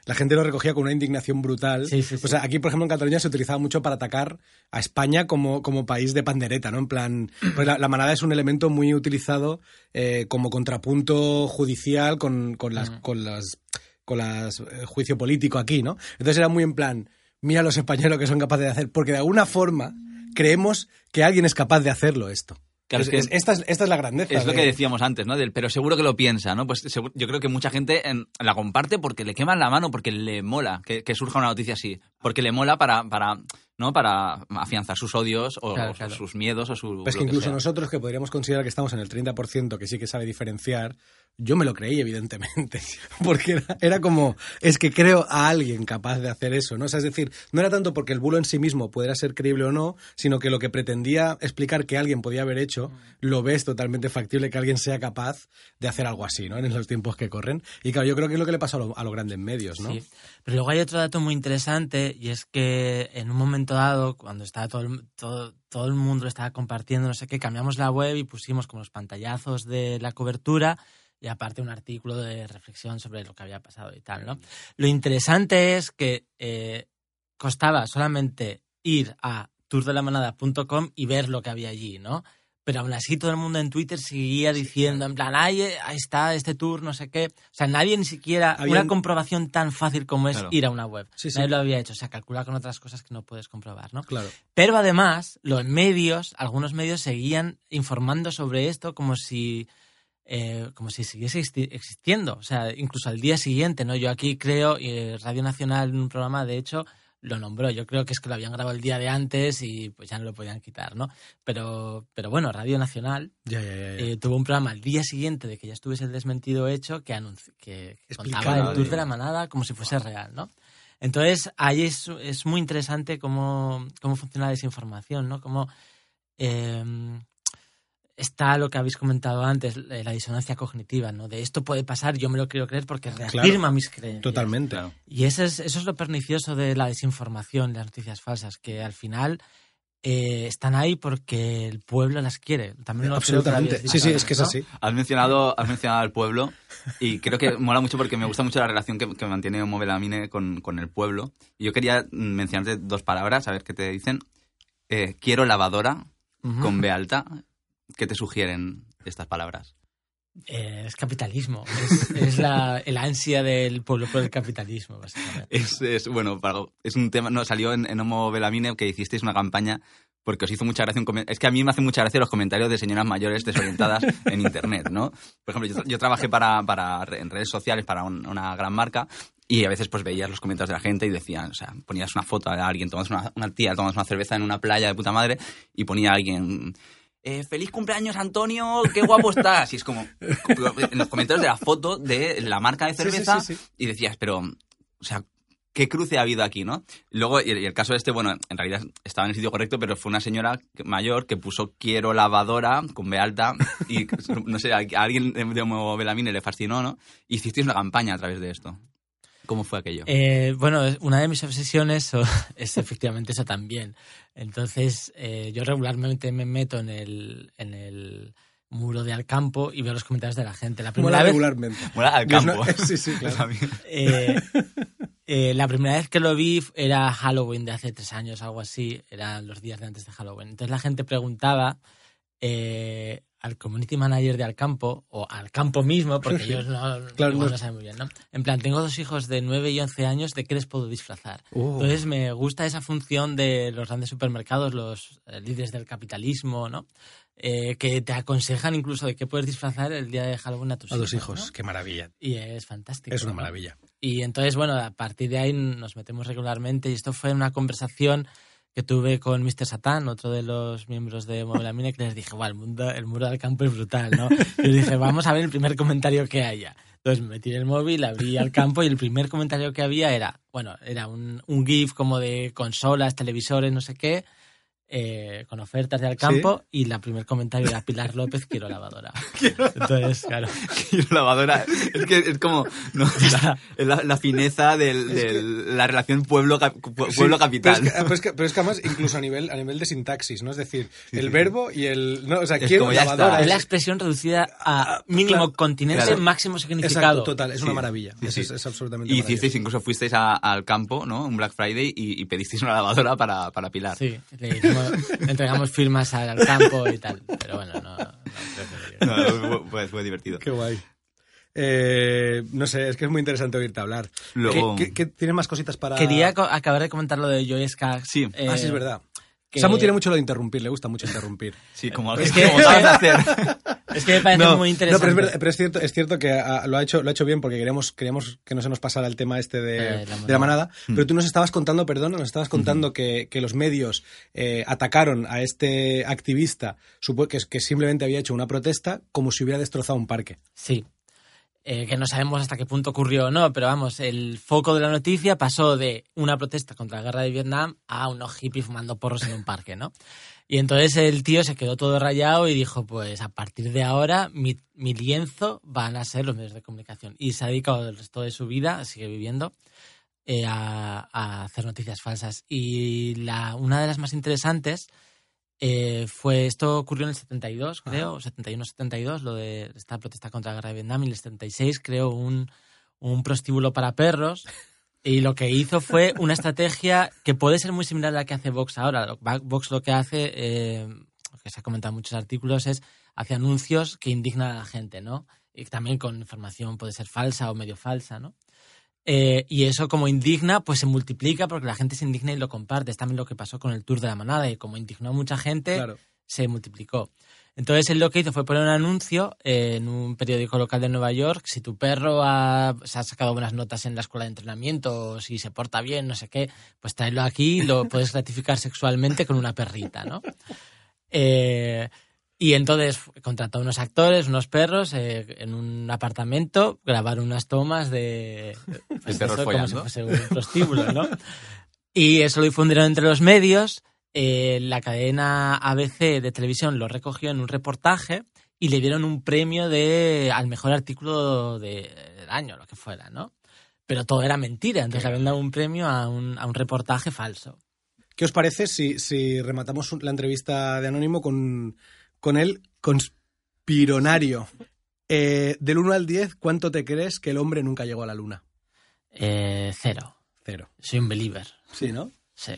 Speaker 1: la gente lo recogía con una indignación brutal.
Speaker 4: Sí, sí, sí.
Speaker 1: O sea, aquí, por ejemplo, en Cataluña se utilizaba mucho para atacar a España como, como país de pandereta, ¿no? En plan, pues la, la manada es un elemento muy utilizado eh, como contrapunto judicial con, con
Speaker 2: Mm.
Speaker 1: las, con las, con las eh, juicio político aquí, ¿no? Entonces era muy en plan, mira los españoles lo que son capaces de hacer, porque de alguna forma creemos que alguien es capaz de hacerlo esto.
Speaker 2: Claro,
Speaker 1: Es-
Speaker 2: es que-
Speaker 1: es- esta, es, esta es la grandeza.
Speaker 2: Es lo
Speaker 1: de-
Speaker 2: que decíamos antes, ¿no? Del, pero seguro que lo piensa, ¿no? Pues segu- yo creo que mucha gente en- la comparte porque le queman la mano, porque le mola que, que surja una noticia así. Porque le mola para, para ¿no? Para afianzar sus odios o,
Speaker 4: Claro,
Speaker 2: o
Speaker 4: claro.
Speaker 2: sus miedos o su...
Speaker 1: Pues
Speaker 2: lo
Speaker 1: que
Speaker 2: que
Speaker 1: incluso
Speaker 2: sea.
Speaker 1: nosotros, que podríamos considerar que estamos en el 30%, que sí que sabe diferenciar, yo me lo creí, evidentemente. Porque era, era como, es que creo a alguien capaz de hacer eso, ¿no? O sea, es decir, no era tanto porque el bulo en sí mismo pudiera ser creíble o no, sino que lo que pretendía explicar que alguien podía haber hecho,
Speaker 4: Mm.
Speaker 1: lo ves totalmente factible que alguien sea capaz de hacer algo así, ¿no? En los tiempos que corren. Y claro, yo creo que es lo que le pasa a, lo- a los grandes medios, ¿no?
Speaker 4: Sí. Pero luego hay otro dato muy interesante y es que en un momento dado, cuando estaba todo el, todo, todo el mundo lo estaba compartiendo, no sé qué, cambiamos la web y pusimos como los pantallazos de la cobertura y aparte un artículo de reflexión sobre lo que había pasado y tal,
Speaker 1: Mm.
Speaker 4: ¿no? Lo interesante es que eh, costaba solamente ir a tourdelamanada.com y ver lo que había allí, ¿no? Pero aún así todo el mundo en Twitter seguía diciendo, en plan, "Ay, eh, ahí está este tour, no sé qué. O sea, nadie ni siquiera...
Speaker 1: Habían-
Speaker 4: Una comprobación tan fácil como es
Speaker 2: Claro.
Speaker 4: ir a una web.
Speaker 1: Sí, sí.
Speaker 4: Nadie lo había hecho. O sea, calcula con otras cosas que no puedes comprobar, ¿no?
Speaker 1: Claro.
Speaker 4: Pero además, los medios, algunos medios seguían informando sobre esto como si, eh, como si siguiese exti- existiendo. O sea, incluso al día siguiente, ¿no? Yo aquí creo, eh, Radio Nacional en un programa, de hecho, lo nombró. Yo creo que es que lo habían grabado el día de antes y pues ya no lo podían quitar, ¿no? Pero, pero bueno, Radio Nacional
Speaker 1: Ya, ya, ya. ya.
Speaker 4: eh, tuvo un programa al día siguiente de que ya estuviese el desmentido hecho que, anunci- que que
Speaker 1: Explicaba
Speaker 4: contaba el tour
Speaker 2: de-
Speaker 4: de la manada como si fuese real, ¿no? Entonces, ahí es, es muy interesante cómo, cómo funciona la desinformación, ¿no? Cómo eh, está lo que habéis comentado antes, eh, la disonancia cognitiva, ¿no? De esto puede pasar, yo me lo quiero creer porque reafirma mis creencias.
Speaker 1: Totalmente.
Speaker 2: Claro.
Speaker 4: Y eso es, eso es lo pernicioso de la desinformación, de las noticias falsas, que al final eh, están ahí porque el pueblo las quiere. También lo creo que lo habéis
Speaker 1: Absolutamente.
Speaker 4: dicho
Speaker 1: Sí, sí,
Speaker 4: antes,
Speaker 1: es que es
Speaker 4: ¿no?
Speaker 1: así.
Speaker 2: Has mencionado, has mencionado al pueblo y creo que mola mucho porque me gusta mucho la relación que, que mantiene Move la Mine con, con el pueblo. Y yo quería mm, mencionarte dos palabras, a ver qué te dicen. Eh, quiero lavadora
Speaker 4: Ujú.
Speaker 1: Mm.
Speaker 2: con B alta. ¿Qué te sugieren estas palabras?
Speaker 4: Eh, es capitalismo. Es, es la, el ansia del pueblo por el capitalismo, básicamente.
Speaker 2: Es, es, bueno, para- es un tema, no, salió en, en Homo Belamine que hicisteis una campaña porque os hizo mucha gracia un comen- Es que a mí me hacen mucha gracia los comentarios de señoras mayores desorientadas en internet, ¿no? Por ejemplo, yo, yo trabajé para, para re- en redes sociales para un- una gran marca y a veces pues veías los comentarios de la gente y decían, o sea, ponías una foto de alguien, tomas una, una tía, tomas una cerveza en una playa de puta madre y ponía a alguien... eh, feliz cumpleaños Antonio, qué guapo estás. Y es como en los comentarios de la foto de la marca de
Speaker 1: Sí, sí,
Speaker 2: cerveza
Speaker 1: sí, sí.
Speaker 2: y decías, pero, o sea, ¿qué cruce ha habido aquí, no? Luego, y el, y el caso este, bueno, en realidad estaba en el sitio correcto, pero fue una señora que- mayor que puso quiero lavadora con B alta y, no sé, a, a alguien de, de Homo Belamine le fascinó, ¿no? Hicisteis una campaña a través de esto. ¿Cómo fue aquello?
Speaker 4: Eh, bueno, es- una de mis obsesiones o- es efectivamente eso también. Entonces, eh, yo regularmente me meto en el, en el muro de Alcampo y veo los comentarios de la gente. La
Speaker 1: Mola
Speaker 4: primera vez
Speaker 1: regularmente.
Speaker 2: Mola al
Speaker 1: Dios,
Speaker 2: campo.
Speaker 1: pues no- Sí, sí, claro.
Speaker 2: También.
Speaker 4: Eh, eh, la primera vez que lo vi f- era Halloween de hace tres años, algo así, eran los días de antes de Halloween. Entonces la gente preguntaba eh, al community manager de Alcampo, o al campo mismo, porque
Speaker 1: Sí.
Speaker 4: ellos no,
Speaker 1: Claro,
Speaker 4: igual
Speaker 1: no-
Speaker 4: no saben muy bien, ¿no? En plan, tengo dos hijos de 9 y 11 años, ¿de qué les puedo disfrazar?
Speaker 2: Oh,
Speaker 1: Uh.
Speaker 4: Entonces me gusta esa función de los grandes supermercados, los eh, líderes del capitalismo, ¿no? Eh, que te aconsejan incluso de qué puedes disfrazar el día de Halloween a tus
Speaker 1: A
Speaker 4: hijos.
Speaker 1: dos hijos,
Speaker 4: ¿no?
Speaker 1: qué maravilla.
Speaker 4: Y es fantástico.
Speaker 1: Es una
Speaker 4: ¿no?
Speaker 1: maravilla.
Speaker 4: Y entonces, bueno, a partir de ahí nos metemos regularmente. Y esto fue una conversación que tuve con Mr. Satán, otro de los miembros de Movelamine, que les dije, "Buah, el, mundo, el muro del campo es brutal, ¿no? Y les dije, vamos a ver el primer comentario que haya. Entonces me metí en el móvil, abrí al campo y el primer comentario que había era, bueno, era un, un GIF como de consolas, televisores, no sé qué, eh, con ofertas de al campo y la primer comentario era Pilar López, quiero lavadora. Entonces, claro.
Speaker 2: Quiero lavadora. Es que es como no, la, la- la fineza del- del- la relación pueblo, cap- pue- pueblo capital.
Speaker 1: Pero pues es, que, pero es que- pero es que además, incluso a nivel, a nivel de sintaxis, ¿no? Es decir, el
Speaker 2: sí.
Speaker 1: verbo y el. No, o sea,
Speaker 2: Es
Speaker 1: quiero
Speaker 2: como ya
Speaker 1: lavadora.
Speaker 2: está.
Speaker 4: Es la
Speaker 1: Es,
Speaker 4: expresión reducida a
Speaker 1: Ah,
Speaker 4: mínimo
Speaker 1: claro,
Speaker 4: continente,
Speaker 2: claro.
Speaker 4: máximo significado.
Speaker 1: exacto, total. Es una
Speaker 2: Sí,
Speaker 1: maravilla.
Speaker 2: sí,
Speaker 1: es,
Speaker 2: sí.
Speaker 1: es- es absolutamente
Speaker 2: Y
Speaker 1: maravilloso.
Speaker 2: hicisteis, incluso fuisteis a- al campo, ¿no? Un Black Friday y, y pedisteis una lavadora para, para Pilar.
Speaker 4: Sí, le, dijimos- le entregamos firmas al, al campo y tal. Pero bueno, no, no creo que-
Speaker 2: No, fue- fue, fue divertido.
Speaker 1: Qué guay. Eh, no sé, es que es muy interesante oírte hablar.
Speaker 2: Luego-
Speaker 1: ¿Qué, qué- qué- tienes más cositas para.?
Speaker 4: Quería co- acabar de comentar lo de Joy Skaggs.
Speaker 2: Sí.
Speaker 4: eh,
Speaker 1: ah, sí, es verdad.
Speaker 4: que-
Speaker 1: Samu tiene mucho lo de interrumpir, le gusta mucho interrumpir.
Speaker 2: Sí, como algo
Speaker 4: Es
Speaker 2: que
Speaker 4: que-
Speaker 2: como sabes hacer.
Speaker 4: Es que me parece
Speaker 1: No,
Speaker 4: muy
Speaker 1: no,
Speaker 4: interesante.
Speaker 1: pero, es, verdad- pero es cierto, es cierto que ah, lo, ha hecho, lo ha hecho bien porque queríamos, queríamos que no se nos pasara el tema este de,
Speaker 4: Eh, la
Speaker 1: de la,
Speaker 4: manada.
Speaker 1: manada. Pero tú nos estabas contando, perdón, nos estabas contando que, que los medios eh, atacaron a este activista supo- que, que simplemente había hecho una protesta como si hubiera destrozado un parque.
Speaker 4: Sí. Eh, que no sabemos hasta qué punto ocurrió o no, pero vamos, el foco de la noticia pasó de una protesta contra la guerra de Vietnam a unos hippies fumando porros en un parque, ¿no? Y entonces el tío se quedó todo rayado y dijo, pues a partir de ahora mi, mi lienzo van a ser los medios de comunicación. Y se ha dedicado el resto de su vida, sigue viviendo, eh, a, a hacer noticias falsas. Y la, una de las más interesantes eh, fue, esto ocurrió en el 72, creo, 71-72, lo de esta protesta contra la guerra de Vietnam, y en el 76 creó un, un prostíbulo para perros. Y lo que hizo fue una estrategia que puede ser muy similar a la que hace Vox ahora. Lo- Va- Vox lo que hace, eh, que se ha comentado en muchos artículos, es hace anuncios que indignan a la gente, ¿no? Y también con información puede ser falsa o medio falsa, ¿no? Eh, y eso como indigna, pues se multiplica porque la gente se indigna y lo comparte. Es también lo que pasó con el Tour de la Manada y como indignó a mucha gente,
Speaker 1: Claro.
Speaker 4: se multiplicó. Entonces él lo que hizo fue poner un anuncio eh, en un periódico local de Nueva York, si tu perro ha, se ha sacado buenas notas en la escuela de entrenamiento, o si se porta bien, no sé qué, pues tráelo aquí, lo puedes gratificar sexualmente con una perrita, ¿no? Eh, y entonces contrató a unos actores, unos perros, eh, en un apartamento, grabaron unas tomas de... pues,
Speaker 2: perros
Speaker 4: eso, como si
Speaker 2: follando.
Speaker 4: fuese un prostíbulo, ¿no? Y eso lo difundieron entre los medios. eh, la cadena ABC de televisión lo recogió en un reportaje y le dieron un premio de al mejor artículo de- del año, lo que fuera, ¿no? Pero todo era mentira, entonces le habían dado un premio a un, a un reportaje falso.
Speaker 1: ¿Qué os parece si, si rematamos la entrevista de Anónimo con, con el conspironario? Eh, del 1 al 10, ¿cuánto te crees que el hombre nunca llegó a la luna?
Speaker 4: Eh, cero.
Speaker 1: Cero.
Speaker 4: Soy un believer.
Speaker 1: Sí, ¿no?
Speaker 4: Sí.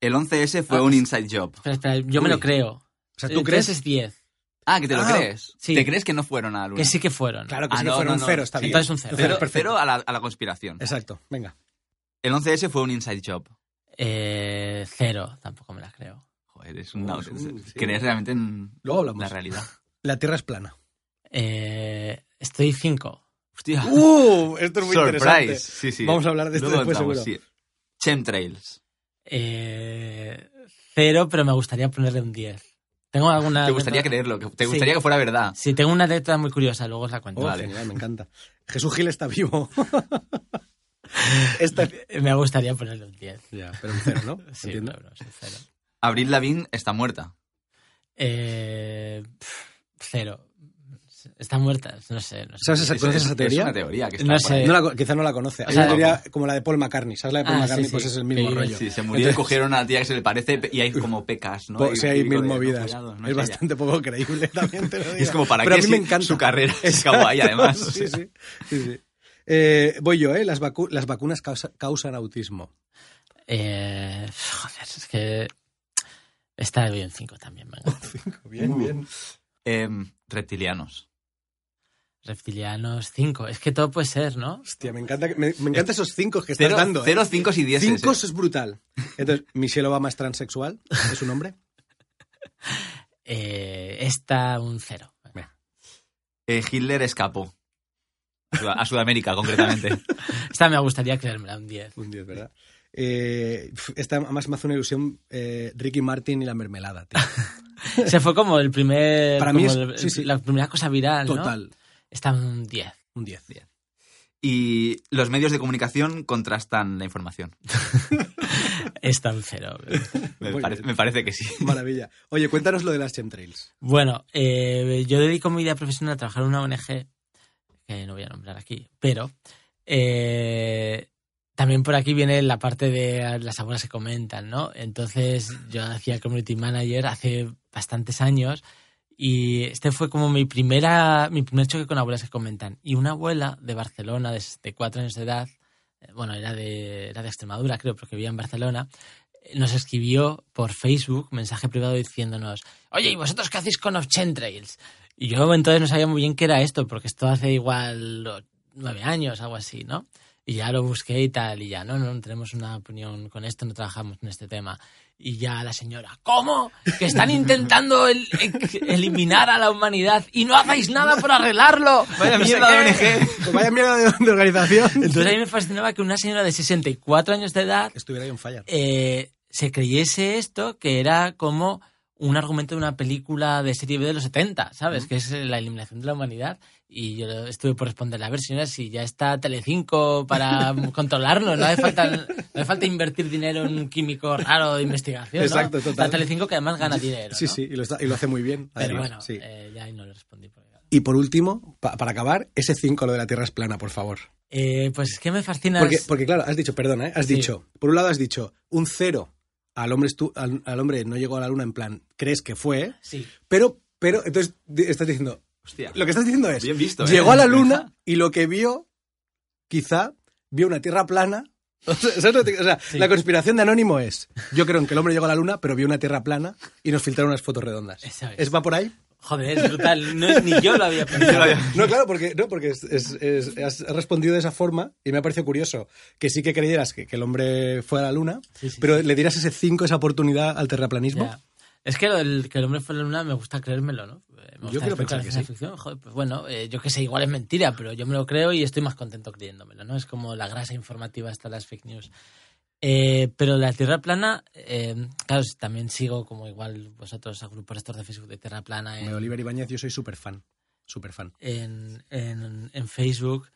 Speaker 2: El 11S fue
Speaker 1: Ah,
Speaker 2: un inside job.
Speaker 4: Espera, espera, yo me
Speaker 1: Uy.
Speaker 4: lo creo.
Speaker 1: O sea,
Speaker 4: El
Speaker 1: ¿tú
Speaker 4: tres
Speaker 1: crees?
Speaker 4: es 10.
Speaker 2: Ah, que te lo
Speaker 1: Ah,
Speaker 2: crees.
Speaker 4: sí.
Speaker 2: ¿Te crees que no fueron a la luna?
Speaker 4: Que sí que fueron.
Speaker 1: Claro que
Speaker 2: Ah,
Speaker 1: sí, que
Speaker 2: no,
Speaker 1: fueron
Speaker 2: no, no.
Speaker 1: cero, está
Speaker 2: Sí.
Speaker 1: bien.
Speaker 4: Entonces un cero.
Speaker 2: Cero,
Speaker 1: perfecto.
Speaker 2: cero a, la, a la conspiración.
Speaker 1: Exacto, venga.
Speaker 2: El 11S fue un inside job.
Speaker 4: Eh, cero, tampoco me la creo.
Speaker 2: Joder, es una...
Speaker 1: Uh, uh, sí.
Speaker 2: crees realmente en
Speaker 1: Luego hablamos.
Speaker 2: la realidad.
Speaker 1: La Tierra es plana.
Speaker 4: Eh, estoy 5.
Speaker 2: Hostia.
Speaker 1: ¡Uh! Esto es muy
Speaker 2: Surprise.
Speaker 1: interesante.
Speaker 2: Sí, sí.
Speaker 1: Vamos a hablar de esto
Speaker 2: Luego
Speaker 1: después,
Speaker 2: entramos,
Speaker 1: seguro.
Speaker 2: sí. Chemtrails.
Speaker 4: Eh, cero, pero me gustaría ponerle un 10. Tengo
Speaker 1: Ah,
Speaker 4: alguna...
Speaker 2: Te gustaría creerlo, que te
Speaker 4: Sí.
Speaker 2: gustaría que fuera verdad.
Speaker 4: Sí, tengo una letra muy curiosa, luego os la cuento.
Speaker 1: Oh,
Speaker 2: Vale.
Speaker 1: genial, me encanta. Jesús Gil está vivo. está...
Speaker 4: Me gustaría ponerle un 10.
Speaker 1: Ya, pero un cero, ¿no?
Speaker 4: Sí,
Speaker 1: Entiendo.
Speaker 4: claro, sí, cero.
Speaker 2: Abril Lavigne está muerta.
Speaker 4: Eh, pf, cero. Está muerta, no sé. No sé.
Speaker 1: ¿Sabes esa,
Speaker 2: Es-
Speaker 1: conoces
Speaker 2: es-
Speaker 1: esa teoría?
Speaker 2: Es una teoría que está
Speaker 4: No
Speaker 2: por
Speaker 4: sé.
Speaker 2: ahí.
Speaker 1: No la co- quizá no la conoce. Hay
Speaker 4: sea,
Speaker 1: una teoría como la de Paul McCartney. ¿Sabes la de Paul
Speaker 4: Ah, sí,
Speaker 1: McCartney?
Speaker 4: sí.
Speaker 1: Pues es el mismo
Speaker 4: Que-
Speaker 1: rollo.
Speaker 2: Sí, se murió y cogieron a la tía que se le parece y hay como pecas, ¿no?
Speaker 1: Po-
Speaker 2: Y
Speaker 1: sí, hay
Speaker 2: típico
Speaker 1: mil
Speaker 2: de, no,
Speaker 1: movidas.
Speaker 2: cuidado, no
Speaker 1: es
Speaker 2: ella.
Speaker 1: bastante poco creíble también, te lo
Speaker 2: Y es
Speaker 1: digo.
Speaker 2: como para
Speaker 1: Pero
Speaker 2: qué
Speaker 1: a mí
Speaker 2: si
Speaker 1: me encanta.
Speaker 2: su carrera es
Speaker 1: Exacto,
Speaker 2: kawaii además. o
Speaker 1: Sí,
Speaker 2: sea.
Speaker 1: sí, sí, sí. Eh, voy yo, ¿eh? Las, vacu- las vacunas causa- causan autismo.
Speaker 4: Eh, joder, es que. Está bien 5 también, venga.
Speaker 1: Bien,
Speaker 2: Uh.
Speaker 1: bien.
Speaker 2: Em, reptilianos.
Speaker 4: Reptilianos 5. Es que todo puede ser, ¿no?
Speaker 1: Hostia, me encanta, que- me, me encantan esos cinco que estás
Speaker 2: Cero,
Speaker 1: dando. ¿eh?
Speaker 2: cero, eh. cinco y diez.
Speaker 1: cinco es brutal. Entonces, Michelle Obama es transexual, es un hombre.
Speaker 4: Eh, está un 0.
Speaker 2: Eh, Hitler escapó. A Sud- A Sudamérica, concretamente.
Speaker 4: Esta me gustaría creérmela un 10.
Speaker 1: Un 10, ¿verdad? Eh, pf, esta además me hace una ilusión eh, Ricky Martin y la mermelada, tío.
Speaker 4: Se fue como el primer.
Speaker 1: Para mí
Speaker 4: como
Speaker 1: es-
Speaker 4: el-
Speaker 1: sí, sí.
Speaker 4: La primera cosa viral, ¿no?
Speaker 1: Total.
Speaker 4: Está un 10.
Speaker 1: Un 10.
Speaker 2: y los medios de comunicación contrastan la información.
Speaker 4: Es tan cero.
Speaker 2: Me,
Speaker 1: Muy
Speaker 2: pare-
Speaker 1: bien.
Speaker 2: me parece que sí.
Speaker 1: Maravilla. Oye, cuéntanos lo de las chemtrails.
Speaker 4: Bueno, eh, yo dedico mi vida profesional a trabajar en una ONG, que no voy a nombrar aquí, pero eh, también por aquí viene la parte de las abuelas que comentan, ¿no? Entonces yo hacía community manager hace bastantes años y este fue como mi primera mi primer choque con abuelas que comentan. Y una abuela de Barcelona, de, s- de cuatro años de edad, eh, bueno, era de, era de Extremadura, creo, porque vivía en Barcelona, eh, nos escribió por Facebook, mensaje privado, diciéndonos oye, ¿y vosotros qué hacéis con los chemtrails? Y yo entonces no sabía muy bien qué era esto, porque esto hace igual o- nueve años, algo así, ¿no? Y ya lo busqué y tal, y ya, no, no, no tenemos una opinión con esto, no trabajamos en este tema. Y ya la señora, ¿cómo? Que están intentando el- el- eliminar a la humanidad y no hacéis nada por arreglarlo.
Speaker 2: Vaya
Speaker 4: No sé
Speaker 2: mierda de
Speaker 4: qué.
Speaker 2: ONG.
Speaker 1: Pues vaya mierda de, de organización.
Speaker 4: Entonces a mí me fascinaba que una señora de 64 años de edad
Speaker 1: Estuviera ahí un fallar.
Speaker 4: eh, se creyese esto que era como un argumento de una película de serie B de los 70, ¿sabes? Que es eh, la eliminación de la humanidad. Y yo estuve por responderle, a ver, señora, si ya está Telecinco para controlarlo, no hace falta, no hace falta invertir dinero en un químico raro de investigación, ¿no?
Speaker 1: Exacto, total.
Speaker 4: Está Telecinco que además gana dinero,
Speaker 1: Sí,
Speaker 4: ¿no?
Speaker 1: sí, y lo, está- y lo hace muy bien.
Speaker 4: Pero
Speaker 1: además,
Speaker 4: bueno,
Speaker 1: sí.
Speaker 4: eh, ya ahí no le respondí. porque-
Speaker 1: Y por último, pa- para acabar, ese 5, lo de la Tierra es plana, por favor.
Speaker 4: Eh, pues es que me fascina...
Speaker 1: Porque,
Speaker 4: es-
Speaker 1: porque claro, has dicho, perdona, ¿eh? has
Speaker 4: Sí.
Speaker 1: dicho, por un lado has dicho, un cero al hombre, estu- al, al hombre no llegó a la luna en plan, crees que fue,
Speaker 4: Sí.
Speaker 1: pero, pero, entonces di- estás diciendo,
Speaker 2: Hostia.
Speaker 1: lo que estás diciendo es,
Speaker 2: Bien visto, ¿eh?
Speaker 1: llegó a la luna y lo que vio, quizá, vio una Tierra plana. O sea, ¿sabes lo que te- o sea, la conspiración de Anónimo es, yo creo en que el hombre llegó a la luna, pero vio una Tierra plana y nos filtraron unas fotos redondas.
Speaker 4: Eso es.
Speaker 1: ¿Es va por ahí?
Speaker 4: Joder, es brutal. No, ni yo lo había pensado.
Speaker 1: No, claro, porque, no, porque es- es- es- has respondido de esa forma y me ha parecido curioso que sí que creyeras que, que el hombre fue a la luna,
Speaker 4: Sí, sí,
Speaker 1: pero le dieras ese 5, esa oportunidad al terraplanismo.
Speaker 4: Ya. Es que lo del que el hombre fue la luna me gusta creérmelo, ¿no? Eh, Me gusta
Speaker 1: Yo quiero pensar
Speaker 4: explicar la
Speaker 1: que
Speaker 4: ciencia
Speaker 1: sí.
Speaker 4: ficción. Joder, pues bueno, eh, yo qué sé, igual es mentira, pero yo me lo creo y estoy más contento creyéndomelo, ¿no? Es como la grasa informativa hasta las fake news. Eh, pero la Tierra plana, eh, claro, también sigo como igual vosotros a grupos estos de Facebook de Tierra plana
Speaker 1: Me,
Speaker 4: en,
Speaker 1: Oliver Ibáñez, yo soy súper fan, súper fan.
Speaker 4: en, en- en Facebook.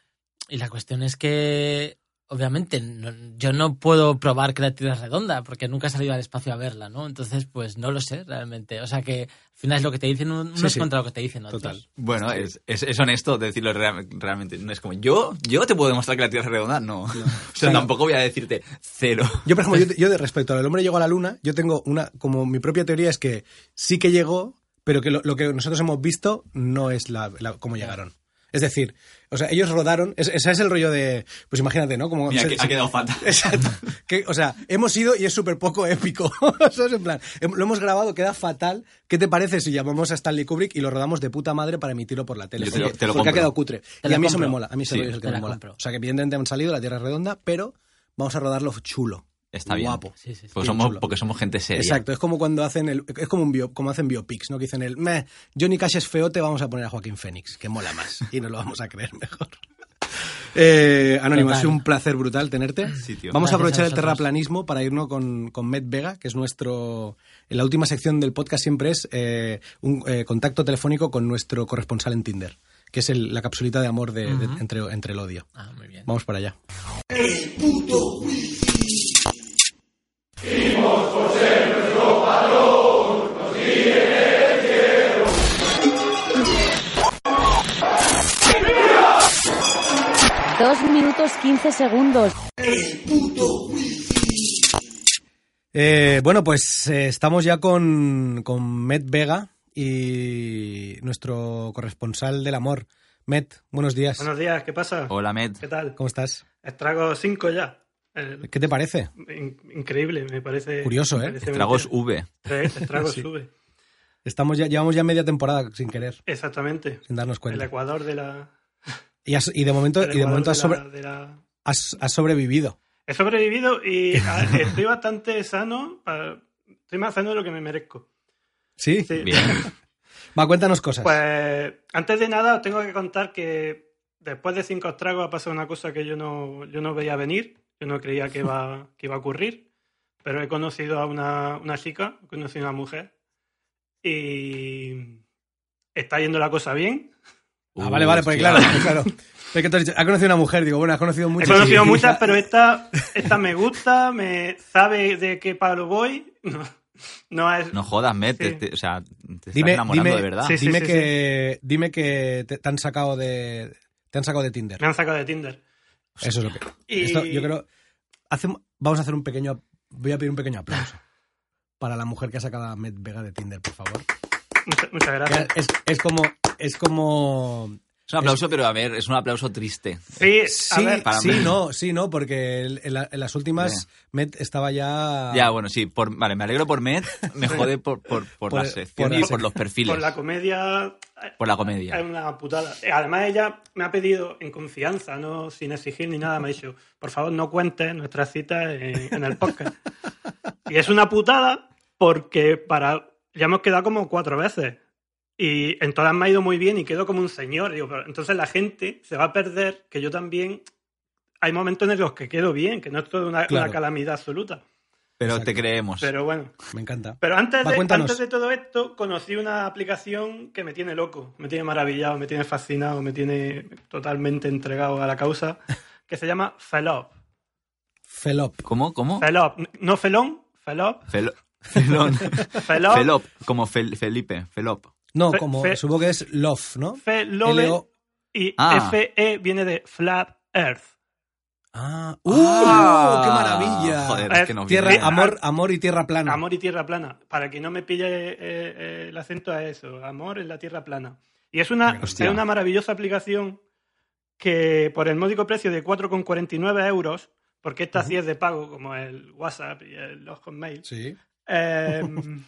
Speaker 4: Y la cuestión es que, obviamente, no- yo no puedo probar que la Tierra es redonda, porque nunca he salido al espacio a verla, ¿no? Entonces, pues no lo sé realmente. O sea que al final es lo que te dicen un- unos
Speaker 1: Sí, sí.
Speaker 4: contra lo que te dicen otros.
Speaker 1: Total.
Speaker 2: Bueno, es, es, es honesto decirlo real- realmente. No es como, ¿yo? ¿Yo te puedo demostrar que la Tierra es redonda? No. O sea,
Speaker 1: Claro.
Speaker 2: tampoco voy a decirte cero.
Speaker 1: Yo, por ejemplo, yo, yo de respecto al hombre llegó a la luna, yo tengo una, como mi propia teoría es que sí que llegó, pero que lo, lo que nosotros hemos visto no es la, la- cómo llegaron. Es decir, o sea, ellos rodaron, es- ese es el rollo de, pues imagínate, ¿no? Como
Speaker 2: Mira,
Speaker 1: se-
Speaker 2: que
Speaker 1: se-
Speaker 2: ha quedado fatal.
Speaker 1: Exacto. Que, o sea, hemos ido y es súper poco épico. ¿Sabes? En plan, hem- lo hemos grabado, queda fatal. ¿Qué te parece si llamamos a Stanley Kubrick y lo rodamos de puta madre para emitirlo por la tele?
Speaker 2: Yo te lo-
Speaker 1: Porque-
Speaker 2: te lo
Speaker 1: porque ha
Speaker 2: compro.
Speaker 1: quedado cutre. y
Speaker 4: Te la
Speaker 1: a mí eso me
Speaker 4: compro.
Speaker 1: mola. A mí ese
Speaker 2: Sí,
Speaker 1: rollo es el
Speaker 4: te
Speaker 1: que me
Speaker 4: la
Speaker 1: mola.
Speaker 4: compro.
Speaker 1: O sea, que evidentemente han salido, la Tierra es redonda, pero vamos a rodarlo chulo.
Speaker 2: Está bien.
Speaker 1: guapo.
Speaker 4: Sí, sí, sí.
Speaker 1: Bien
Speaker 2: Porque somos,
Speaker 1: chulo.
Speaker 2: porque somos gente seria.
Speaker 1: Exacto, es como cuando hacen el, es como un bio- como hacen biopics, ¿no? Que dicen el, meh, Johnny Cash es feo, te vamos a poner a Joaquín Fénix, que mola más y nos lo vamos a creer mejor. Eh, Anónimo,
Speaker 4: Total.
Speaker 1: ha sido un placer brutal tenerte.
Speaker 2: Sí, tío.
Speaker 1: Vamos
Speaker 4: Gracias
Speaker 1: a
Speaker 4: a
Speaker 1: aprovechar el
Speaker 4: vosotros.
Speaker 1: terraplanismo para irnos con, con Met Vega, que es nuestro. La última sección del podcast siempre es eh, un eh, contacto telefónico con nuestro corresponsal en Tinder, que es el- la capsulita de amor de, de- entre, entre el odio.
Speaker 4: Ah, muy bien.
Speaker 1: Vamos para allá.
Speaker 5: Dos minutos 15 segundos.
Speaker 1: Eh, bueno, pues eh, estamos ya con, con Met Vega y nuestro corresponsal del amor. Met, buenos días.
Speaker 6: Buenos días, ¿qué pasa?
Speaker 2: Hola, Med.
Speaker 6: ¿Qué tal?
Speaker 1: ¿Cómo estás?
Speaker 6: Estrago 5 ya. El-
Speaker 1: ¿Qué te parece?
Speaker 6: in- increíble, me parece.
Speaker 1: Curioso,
Speaker 6: me
Speaker 1: ¿eh?
Speaker 6: parece
Speaker 2: Estragos
Speaker 6: mentira.
Speaker 2: V.
Speaker 6: Tres Estragos
Speaker 1: Sí.
Speaker 6: sube.
Speaker 1: Estamos ya, llevamos ya media temporada sin querer,
Speaker 6: Exactamente.
Speaker 1: sin darnos
Speaker 6: El
Speaker 1: cuenta.
Speaker 6: Ecuador de la.
Speaker 1: Y, has- y de momento,
Speaker 6: el
Speaker 1: y de
Speaker 6: Ecuador
Speaker 1: momento has,
Speaker 6: de la-
Speaker 1: sobre-
Speaker 6: de la-
Speaker 1: has- has sobrevivido.
Speaker 6: He sobrevivido y ah, estoy bastante sano. ah, Estoy más sano de lo que me merezco.
Speaker 1: ¿Sí?
Speaker 6: Sí.
Speaker 2: Bien.
Speaker 1: Va, cuéntanos cosas.
Speaker 6: Pues antes de nada os tengo que contar que después de cinco estragos ha pasado una cosa que yo no, yo no veía venir, yo no creía que iba, que iba a ocurrir, pero he conocido a una, una chica, he conocido a una mujer y está yendo la cosa bien.
Speaker 1: ah, vale, vale, pues
Speaker 2: Hostia.
Speaker 1: claro, pues claro. Es que te has dicho, ha conocido una mujer, digo, bueno, has conocido
Speaker 6: He
Speaker 1: muchas.
Speaker 6: conocido
Speaker 1: Sí.
Speaker 6: muchas, pero esta, esta me gusta, me sabe de qué palo voy. No, no es.
Speaker 2: No jodas, Met,
Speaker 6: Sí.
Speaker 2: te- te- o sea, te estás
Speaker 1: Dime-
Speaker 2: enamorando
Speaker 1: dime-
Speaker 2: de verdad.
Speaker 6: Sí, sí,
Speaker 1: dime
Speaker 6: sí,
Speaker 1: que, dime que te, te han sacado de, te han sacado de Tinder.
Speaker 6: Me han sacado de Tinder.
Speaker 1: Eso es lo que.
Speaker 6: Y-
Speaker 1: Esto, yo creo. hace- vamos a hacer un pequeño. Voy a pedir un pequeño aplauso para la mujer que ha sacado a Med Vega de Tinder, por favor.
Speaker 6: Mucha- muchas gracias.
Speaker 1: Es, es como, es como
Speaker 2: Es un aplauso, pero a ver, es un aplauso triste.
Speaker 6: Sí, Eh, a
Speaker 1: Sí,
Speaker 6: ver.
Speaker 2: para
Speaker 1: sí,
Speaker 2: mí.
Speaker 1: no, sí, no, porque el- en, la- en las últimas
Speaker 2: Bien.
Speaker 1: Met estaba ya.
Speaker 2: Ya, bueno, sí, por, vale, me alegro por Met, me jode por, por, por,
Speaker 1: Por-
Speaker 2: la sección
Speaker 1: por
Speaker 2: y
Speaker 1: la
Speaker 2: por
Speaker 1: sec-
Speaker 2: los perfiles,
Speaker 6: Por la comedia
Speaker 2: por la
Speaker 6: es
Speaker 2: comedia.
Speaker 6: una putada. Eh, Además, ella me ha pedido en confianza, no sin exigir ni nada, me ha dicho, por favor, no cuentes nuestras citas en, en el podcast. y es una putada porque para ya hemos quedado como cuatro veces. Y en todas me ha ido muy bien y quedo como un señor. Digo, pero entonces la gente se va a perder que yo también. Hay momentos en los que quedo bien, que no es toda una, una
Speaker 1: Claro.
Speaker 6: calamidad absoluta.
Speaker 2: Pero te
Speaker 1: Exacto.
Speaker 2: creemos.
Speaker 6: Pero bueno.
Speaker 1: Me encanta.
Speaker 6: Pero antes
Speaker 1: Va,
Speaker 6: de,
Speaker 1: cuéntanos.
Speaker 6: antes de todo esto, conocí una aplicación que me tiene loco, me tiene maravillado, me tiene fascinado, me tiene totalmente entregado a la causa, que se llama Felop.
Speaker 1: Felop.
Speaker 2: ¿Cómo? ¿Cómo?
Speaker 6: Felop, no Felón, Felop.
Speaker 2: Fel- Felón.
Speaker 6: Felop.
Speaker 2: Felop, como Fel- Felipe, Felop.
Speaker 1: No,
Speaker 6: Fe-
Speaker 1: como
Speaker 6: fe-
Speaker 1: supongo que es Love, ¿no?
Speaker 6: Felobe
Speaker 1: LO.
Speaker 6: y
Speaker 2: Ah.
Speaker 6: FE viene de Flat Earth.
Speaker 1: Ah, ¡uh!
Speaker 2: Ah,
Speaker 1: ¡Qué maravilla!
Speaker 2: Joder,
Speaker 6: Eh,
Speaker 2: es que nos
Speaker 1: Tierra,
Speaker 2: viene-
Speaker 1: amor, amor y tierra plana.
Speaker 6: Amor y tierra plana. Para que no me pille eh, eh, el acento a eso. Amor en la tierra plana. Y es una, es
Speaker 2: Hostia.
Speaker 6: una maravillosa aplicación que por el módico precio de 4,49 euros, porque esta sí es de pago, como el WhatsApp y el los Hotmail,
Speaker 1: Sí.
Speaker 6: em,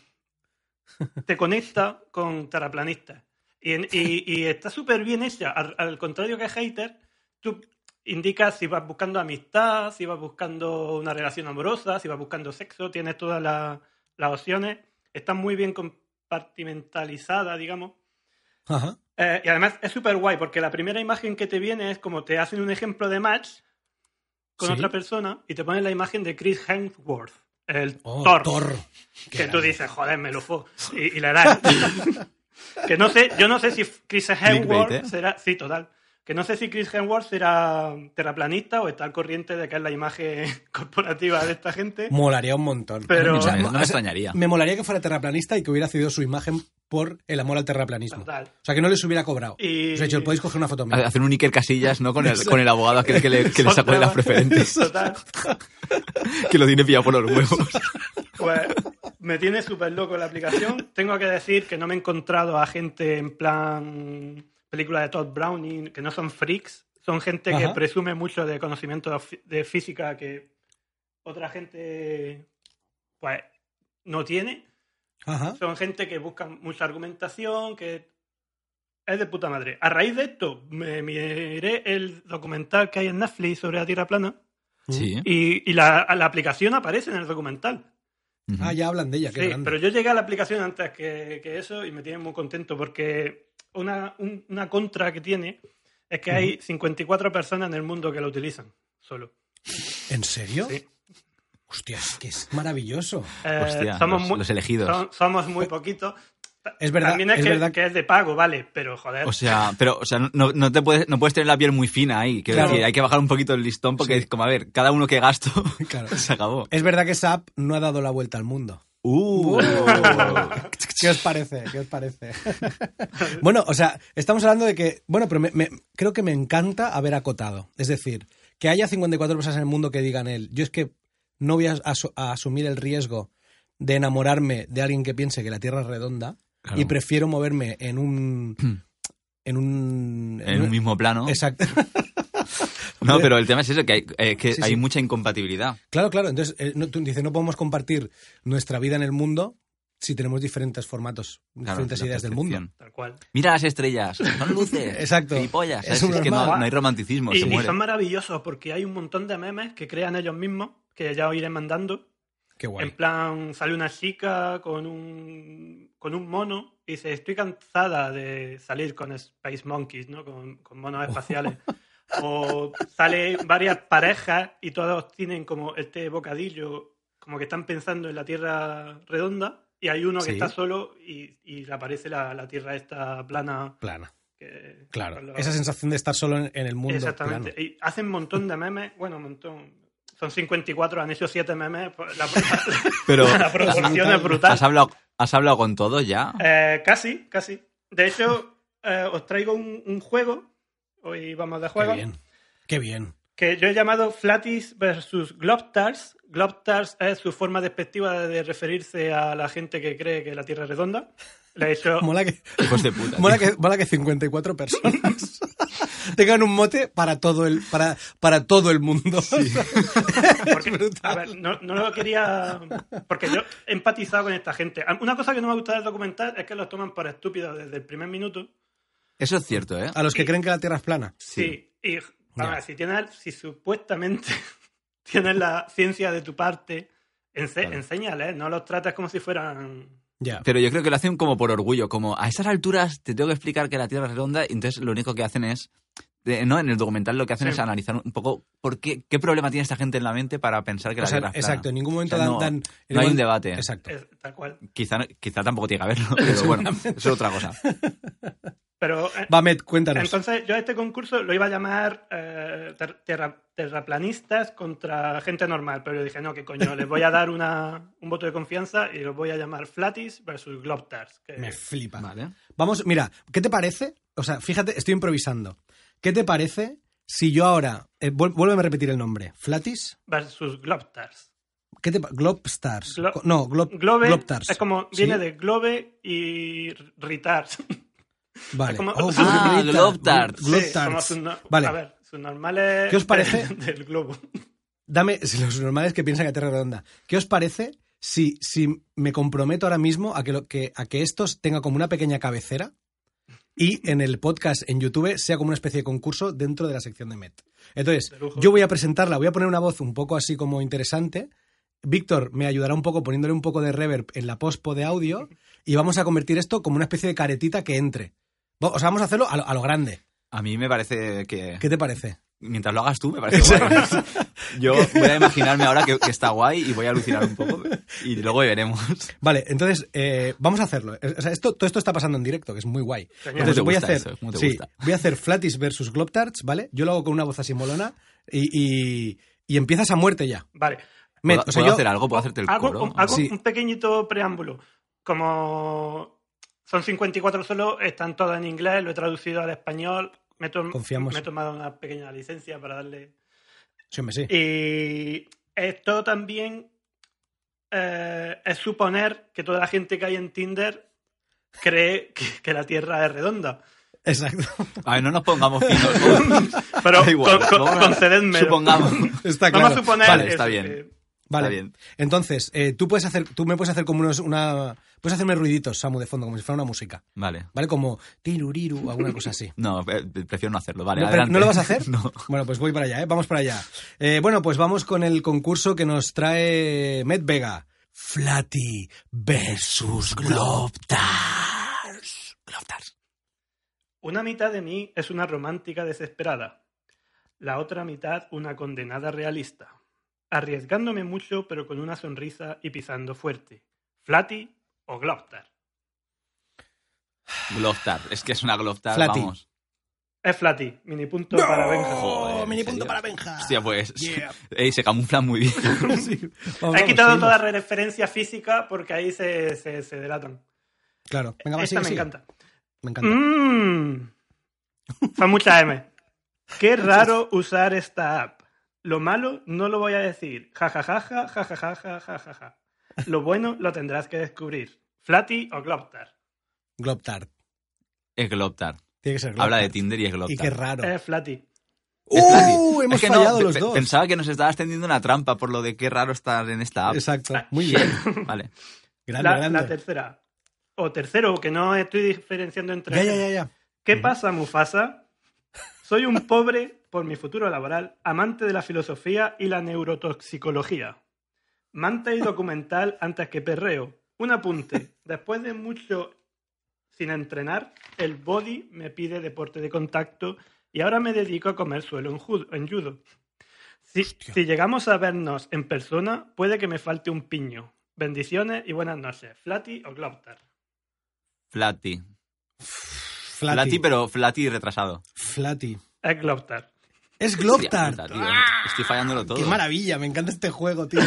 Speaker 6: te conecta con terraplanistas. Y, en- y- y está súper bien hecha. Al, al contrario que hater, tú indicas si vas buscando amistad, si vas buscando una relación amorosa, si vas buscando sexo, tienes todas la- las opciones. Está muy bien compartimentalizada, digamos.
Speaker 1: Ajá.
Speaker 6: Eh, y además es súper guay porque la primera imagen que te viene es como te hacen un ejemplo de match con
Speaker 1: Sí.
Speaker 6: otra persona y te ponen la imagen de Chris Hemsworth, el
Speaker 1: Oh,
Speaker 6: Thor,
Speaker 1: Thor. Qué
Speaker 6: que tú
Speaker 1: grande.
Speaker 6: dices, joder, me lo fue. Y, y le das. que no sé, yo no sé si Chris Hemsworth
Speaker 2: Clickbait, ¿eh?
Speaker 6: será. Sí, total. Que no sé si Chris Hemsworth será terraplanista o está al corriente de que es la imagen corporativa de esta gente.
Speaker 1: Molaría un montón.
Speaker 6: Pero-
Speaker 1: O sea,
Speaker 2: Ah, No me
Speaker 1: o sea,
Speaker 2: extrañaría.
Speaker 1: Me molaría que fuera terraplanista y que hubiera cedido su imagen por el amor al terraplanismo.
Speaker 6: Total.
Speaker 1: O sea, que no les hubiera cobrado.
Speaker 6: Y-
Speaker 1: Os he dicho, podéis coger una foto mía.
Speaker 2: Hacer un Iker Casillas, ¿no? Con el, con el abogado aquel que le, que le sacó de las preferentes.
Speaker 6: Total.
Speaker 2: Que lo tiene pillado por los huevos.
Speaker 6: Pues me tiene súper loco la aplicación. Tengo que decir que no me he encontrado a gente en plan película de Todd Browning, que no son freaks, son gente que
Speaker 1: Ajá.
Speaker 6: presume mucho de conocimiento de fí- de física que otra gente pues no tiene.
Speaker 1: Ajá.
Speaker 6: Son gente que busca mucha argumentación, que es de puta madre. A raíz de esto, me miré el documental que hay en Netflix sobre la Tierra plana
Speaker 2: Sí.
Speaker 6: y, y la- la aplicación aparece en el documental.
Speaker 2: Ujú.
Speaker 1: Ah, ya hablan de ella, qué
Speaker 6: Sí,
Speaker 1: grande.
Speaker 6: pero yo llegué a la aplicación antes que, que eso y me tiene muy contento porque una, un- una contra que tiene es que hay 54 personas en el mundo que la utilizan solo.
Speaker 1: ¿En serio?
Speaker 6: Sí.
Speaker 1: Hostias, que es maravilloso.
Speaker 6: Eh,
Speaker 2: Hostia,
Speaker 6: somos,
Speaker 2: los,
Speaker 6: muy,
Speaker 2: los elegidos.
Speaker 6: son- somos muy poquitos.
Speaker 1: Es verdad,
Speaker 6: También es,
Speaker 1: es
Speaker 6: que,
Speaker 1: verdad.
Speaker 6: que es de pago, vale, pero joder.
Speaker 2: O sea, pero, o sea, no, no te puedes, no puedes tener la piel muy fina ahí. Quiero
Speaker 1: Claro.
Speaker 2: decir, hay que bajar un poquito el listón porque es como, a ver, cada uno que gasto
Speaker 1: Claro. Eh,
Speaker 2: se acabó.
Speaker 1: Es verdad que esa app no ha dado la vuelta al mundo.
Speaker 2: Uh.
Speaker 1: ¿Qué os parece? ¿Qué os parece? bueno, o sea, estamos hablando de que, bueno, pero me- me- creo que me encanta haber acotado. Es decir, que haya 54 personas en el mundo que digan él, yo es que no voy a, asu- a asumir el riesgo de enamorarme de alguien que piense que la Tierra es redonda
Speaker 2: Claro.
Speaker 1: y prefiero moverme en un... en un...
Speaker 2: En un mismo plano.
Speaker 1: Exacto.
Speaker 2: No, pero el tema es eso, que hay, eh, que
Speaker 1: Sí,
Speaker 2: hay
Speaker 1: sí.
Speaker 2: mucha incompatibilidad.
Speaker 1: Claro, claro. Entonces, eh, no, tú dices, no podemos compartir nuestra vida en el mundo si tenemos diferentes formatos,
Speaker 2: Claro,
Speaker 1: diferentes
Speaker 2: la
Speaker 1: ideas del
Speaker 2: percepción.
Speaker 1: mundo.
Speaker 6: Tal cual.
Speaker 2: Mira las estrellas, son luces.
Speaker 1: Exacto.
Speaker 2: Gilipollas,
Speaker 1: Es
Speaker 2: ¿sabes? Es, que no,
Speaker 1: normal.
Speaker 2: no hay romanticismo,
Speaker 6: Y,
Speaker 2: se
Speaker 6: y
Speaker 2: muere.
Speaker 6: son maravillosos porque hay un montón de memes que crean ellos mismos, que ya os iré mandando.
Speaker 1: Qué
Speaker 6: En
Speaker 1: guay.
Speaker 6: plan, sale una chica con un, con un mono y dice, estoy cansada de salir con Space Monkeys, ¿no? Con, con monos
Speaker 1: Oh.
Speaker 6: espaciales. o sale varias parejas y todos tienen como este bocadillo, como que están pensando en la Tierra redonda y hay uno que
Speaker 1: Sí.
Speaker 6: está solo y, y le aparece la, la Tierra esta plana
Speaker 1: Plana.
Speaker 6: que-
Speaker 1: Claro,
Speaker 6: con los-
Speaker 1: esa sensación de estar solo en, en el mundo.
Speaker 6: Exactamente.
Speaker 1: plano.
Speaker 6: Y hacen un montón de memes. Bueno, un montón. Son 54, han hecho 7 memes. pues, La, la-
Speaker 2: Pero
Speaker 6: la proporción es brutal.
Speaker 2: has hablado, has hablado con todos ya.
Speaker 6: Eh, casi, casi. De hecho, eh, os traigo un, un juego. Hoy vamos de juego.
Speaker 1: Qué bien. Qué bien.
Speaker 6: que yo he llamado Flatis versus Globtars. Globtars es su forma despectiva de referirse a la gente que cree que la Tierra es redonda. Le he hecho
Speaker 1: Mola que,
Speaker 2: Hijos de puta.
Speaker 1: mola que, mola que 54 personas tengan un mote para todo el, para, para todo el mundo.
Speaker 6: porque, a ver, no, no lo quería porque yo he empatizado con esta gente. Una cosa que no me gusta del documental es que los toman por estúpidos desde el primer minuto.
Speaker 2: Eso es cierto, ¿eh?
Speaker 1: A los que creen que la Tierra es plana.
Speaker 6: Sí, y a
Speaker 1: Ya.
Speaker 6: ver, si tienes, si supuestamente tienes la ciencia de tu parte, ense-
Speaker 2: Claro.
Speaker 6: enséñales, no los trates como si fueran
Speaker 1: Ya.
Speaker 2: Pero yo creo que lo hacen como por orgullo, como a esas alturas te tengo que explicar que la Tierra es redonda y entonces lo único que hacen es, eh, ¿no? En el documental lo que hacen
Speaker 6: Sí.
Speaker 2: es analizar un poco por qué, qué problema tiene esta gente en la mente para pensar que
Speaker 1: O
Speaker 2: la
Speaker 1: sea,
Speaker 2: Tierra es plana.
Speaker 1: exacto, en ningún momento
Speaker 2: O sea,
Speaker 1: dan-
Speaker 2: no-
Speaker 1: dan. en
Speaker 2: no hay
Speaker 1: ningún-
Speaker 2: un debate.
Speaker 1: Exacto.
Speaker 6: eh, tal cual.
Speaker 2: Quizá, quizá tampoco tiene que haberlo, pero bueno, eso es otra cosa.
Speaker 6: Pero eh,
Speaker 1: Bamet, cuéntanos.
Speaker 6: Entonces, yo a este concurso lo iba a llamar eh, ter- terra- terraplanistas contra gente normal, pero yo dije, no, que coño, les voy a dar una, un voto de confianza y los voy a llamar Flatis versus Globtars. que-
Speaker 1: Me flipa.
Speaker 2: Vale.
Speaker 1: Vamos, mira, ¿qué te parece? O sea, fíjate, estoy improvisando. ¿Qué te parece si yo ahora. eh, vuel- vuélveme a repetir el nombre. ¿Flatis?
Speaker 6: versus Globtars.
Speaker 1: ¿Qué te pa- Globstars.
Speaker 6: Glo-
Speaker 1: Co- no, Glob
Speaker 6: Globe
Speaker 1: Globtars.
Speaker 6: es como,
Speaker 1: ¿Sí?
Speaker 6: viene de Globe y r- Ritars.
Speaker 1: Vale. Oh,
Speaker 6: es como-
Speaker 2: Ah,
Speaker 1: Globtars.
Speaker 2: Globtars.
Speaker 1: Globtars.
Speaker 6: Sí, somos sus no-
Speaker 1: Vale.
Speaker 6: A ver, sus normales
Speaker 1: ¿Qué os parece?
Speaker 6: de- del globo.
Speaker 1: Dame, si los normales que piensan que la Tierra es redonda. ¿Qué os parece si, si me comprometo ahora mismo a que, lo, que, a que esto tenga como una pequeña cabecera y en el podcast en YouTube sea como una especie de concurso dentro de la sección de Met? Entonces,
Speaker 6: De lujo.
Speaker 1: yo voy a presentarla, voy a poner una voz un poco así como interesante. Víctor me ayudará un poco poniéndole un poco de reverb en la pospo de audio y vamos a convertir esto como una especie de caretita que entre. O sea, vamos a hacerlo a lo, a lo grande.
Speaker 2: A mí me parece que...
Speaker 1: ¿Qué te parece?
Speaker 2: Mientras lo hagas tú, me parece guay. Yo voy a imaginarme ahora que, que está guay y voy a alucinar un poco y luego veremos.
Speaker 1: Vale, entonces eh, vamos a hacerlo. O sea, esto, todo esto está pasando en directo, que es muy guay. Entonces
Speaker 2: te
Speaker 1: voy a
Speaker 2: gusta
Speaker 1: hacer,
Speaker 2: eso? ¿Cómo te
Speaker 1: sí,
Speaker 2: gusta?
Speaker 1: voy a hacer Flatis versus Globtarts, ¿vale? Yo lo hago con una voz así molona y, y, y empiezas a muerte ya.
Speaker 6: Vale.
Speaker 1: Met,
Speaker 2: ¿Puedo,
Speaker 1: o sea,
Speaker 2: puedo
Speaker 1: yo-
Speaker 2: hacer algo? ¿Puedo hacerte el
Speaker 6: hago,
Speaker 2: coro?
Speaker 6: un, hago
Speaker 1: Sí.
Speaker 6: un pequeñito preámbulo. Como son 54 solo, están todas en inglés, lo he traducido al español. Me, he tom-
Speaker 1: Confiamos.
Speaker 6: me he tomado una pequeña licencia para darle.
Speaker 1: Sí, hombre, sí.
Speaker 6: Y esto también eh, es suponer que toda la gente que hay en Tinder cree que, que la Tierra es redonda.
Speaker 1: Exacto.
Speaker 2: A ver, no nos pongamos finos.
Speaker 6: Pero
Speaker 2: Da igual,
Speaker 6: con- con-
Speaker 2: vamos a-
Speaker 6: concededme.
Speaker 2: Supongamos.
Speaker 1: Está claro.
Speaker 6: Vamos a suponer.
Speaker 2: Vale, está
Speaker 6: eso,
Speaker 2: bien.
Speaker 6: que-
Speaker 1: Vale.
Speaker 2: Está bien.
Speaker 1: Entonces, eh, tú puedes hacer, tú me puedes hacer como unos, una, puedes hacerme ruiditos, Samu, de fondo, como si fuera una música,
Speaker 2: Vale.
Speaker 1: ¿vale? Como tiruriru o alguna cosa así.
Speaker 2: No, pre- prefiero no hacerlo. Vale,
Speaker 1: No, pero
Speaker 2: adelante.
Speaker 1: ¿no lo vas a hacer?
Speaker 2: No.
Speaker 1: Bueno, pues voy para allá, ¿eh? Vamos para allá. Eh, bueno, pues vamos con el concurso que nos trae Med Vega. Flatty versus Globtars. Globtars.
Speaker 6: Una mitad de mí es una romántica desesperada, la otra mitad una condenada realista, arriesgándome mucho pero con una sonrisa y pisando fuerte. Flatty o Globstar.
Speaker 2: Gloftar. Es que es una Gloftar,
Speaker 1: Flati.
Speaker 2: vamos.
Speaker 6: Es Flatty, mini punto para Benja.
Speaker 2: Joder,
Speaker 1: Oh, mini
Speaker 2: ¿en
Speaker 1: punto
Speaker 2: serio?
Speaker 1: para Benja.
Speaker 2: Hostia, pues.
Speaker 1: Yeah.
Speaker 2: Ey, se camuflan muy bien.
Speaker 6: He quitado toda referencia física porque ahí se, se, se delatan.
Speaker 1: Claro, venga, va, sigue,
Speaker 6: Esta me
Speaker 1: sigue.
Speaker 6: encanta.
Speaker 1: Me encanta.
Speaker 2: Mm.
Speaker 6: Mmm. Son muchas M. Qué raro usar esta app. Lo malo no lo voy a decir. Ja ja ja ja ja ja ja ja ja ja, ja. Lo bueno lo tendrás que descubrir. Flatty o Globtar.
Speaker 1: Globtart.
Speaker 2: Es Gloftar.
Speaker 1: Tiene que ser Globtart.
Speaker 2: Habla de Tinder y es Gloftar.
Speaker 1: Y qué raro.
Speaker 6: Es Flatty.
Speaker 2: Es Flati.
Speaker 1: ¡Uh! Hemos
Speaker 2: Es que no,
Speaker 1: fallado
Speaker 2: pe-
Speaker 1: los
Speaker 2: pe-
Speaker 1: dos.
Speaker 2: Pensaba que nos estabas tendiendo una trampa por lo de qué raro estar en esta app.
Speaker 1: Exacto.
Speaker 6: Ah,
Speaker 1: Muy
Speaker 6: shit.
Speaker 1: bien.
Speaker 2: Vale.
Speaker 1: Grande,
Speaker 6: La, la
Speaker 1: grande.
Speaker 6: tercera. O tercero, que no estoy diferenciando entre.
Speaker 1: Ya, ya, ya, ya.
Speaker 6: ¿Qué pasa, Mufasa? Soy un pobre, por mi futuro laboral, amante de la filosofía y la neurotoxicología. Manta y documental antes que perreo. Un apunte. Después de mucho sin entrenar, el body me pide deporte de contacto y ahora me dedico a comer suelo en, ju- en judo. Si, si llegamos a vernos en persona, puede que me falte un piño. Bendiciones y buenas noches. Flatty o Globtar.
Speaker 2: Flati.
Speaker 1: Flatty.
Speaker 2: Flatty, pero Flatty retrasado.
Speaker 1: Flatty.
Speaker 6: Es Globtar.
Speaker 1: Es
Speaker 2: Hostia
Speaker 1: Globtar.
Speaker 2: puta, tío. Estoy fallándolo todo.
Speaker 1: Qué maravilla, me encanta este juego, tío.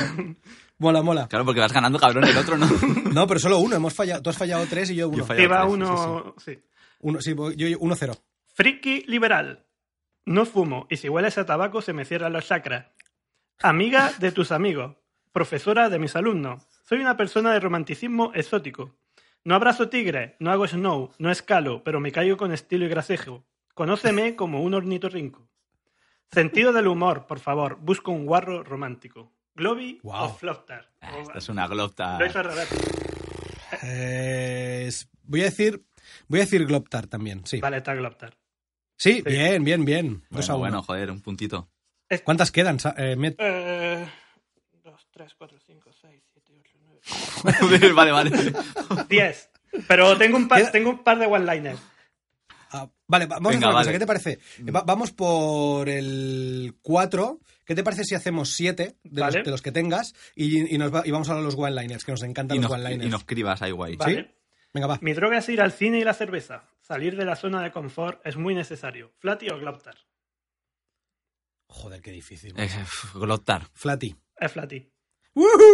Speaker 1: Mola, mola.
Speaker 2: Claro, porque vas ganando, cabrón, el otro no.
Speaker 1: No, pero solo uno, hemos fallado. Tú has fallado tres y yo uno.
Speaker 2: Yo he fallado.
Speaker 6: Lleva
Speaker 2: sí, sí,
Speaker 6: uno. sí.
Speaker 1: uno sí, voy- yo, yo- uno cero.
Speaker 6: Friki liberal. No fumo y si hueles a tabaco se me cierran los chakras. Amiga de tus amigos. Profesora de mis alumnos. Soy una persona de romanticismo exótico. No abrazo tigre, no hago snow, no escalo, pero me caigo con estilo y gracejo. Conóceme como un ornitorrinco. Sentido del humor, por favor. Busco un guarro romántico. Globy
Speaker 1: Guau.
Speaker 6: o Floptar.
Speaker 2: Ah, Esta es una glopta.
Speaker 6: Lo he hecho al revés.
Speaker 1: Eh, es- voy a decir. Voy a decir Globtar también, sí.
Speaker 6: Vale, está Gloptar.
Speaker 1: Sí, bien, bien, bien. Dos a
Speaker 2: Bueno,
Speaker 1: uno.
Speaker 2: bueno, joder, un puntito.
Speaker 1: ¿Cuántas quedan? Sa- eh, Met?
Speaker 6: Eh, dos, tres, cuatro, cinco, seis, siete, ocho, nueve.
Speaker 2: vale, vale.
Speaker 6: 10. Pero tengo un par,
Speaker 1: Queda-
Speaker 6: tengo un par de one-liners.
Speaker 1: Ah, vale, va- vamos
Speaker 2: Venga,
Speaker 1: a hacer una cosa.
Speaker 2: vale. Mm.
Speaker 1: ¿Qué te parece? Eh, va- vamos por el 4. ¿Qué te parece si hacemos 7 de,
Speaker 6: Vale.
Speaker 1: los, de los que tengas y, y nos va- y vamos a los one-liners, que nos encantan
Speaker 2: Y
Speaker 1: los
Speaker 2: nos,
Speaker 1: one-liners?
Speaker 2: y nos cribas ahí, guay.
Speaker 6: Vale.
Speaker 1: Venga, va.
Speaker 6: Mi droga es ir al cine y la cerveza. Salir de la zona de confort es muy necesario. Flatty o Gloptar.
Speaker 1: Joder, qué difícil.
Speaker 2: Eh, pf, gloptar.
Speaker 1: Flatty.
Speaker 6: Es Flatty.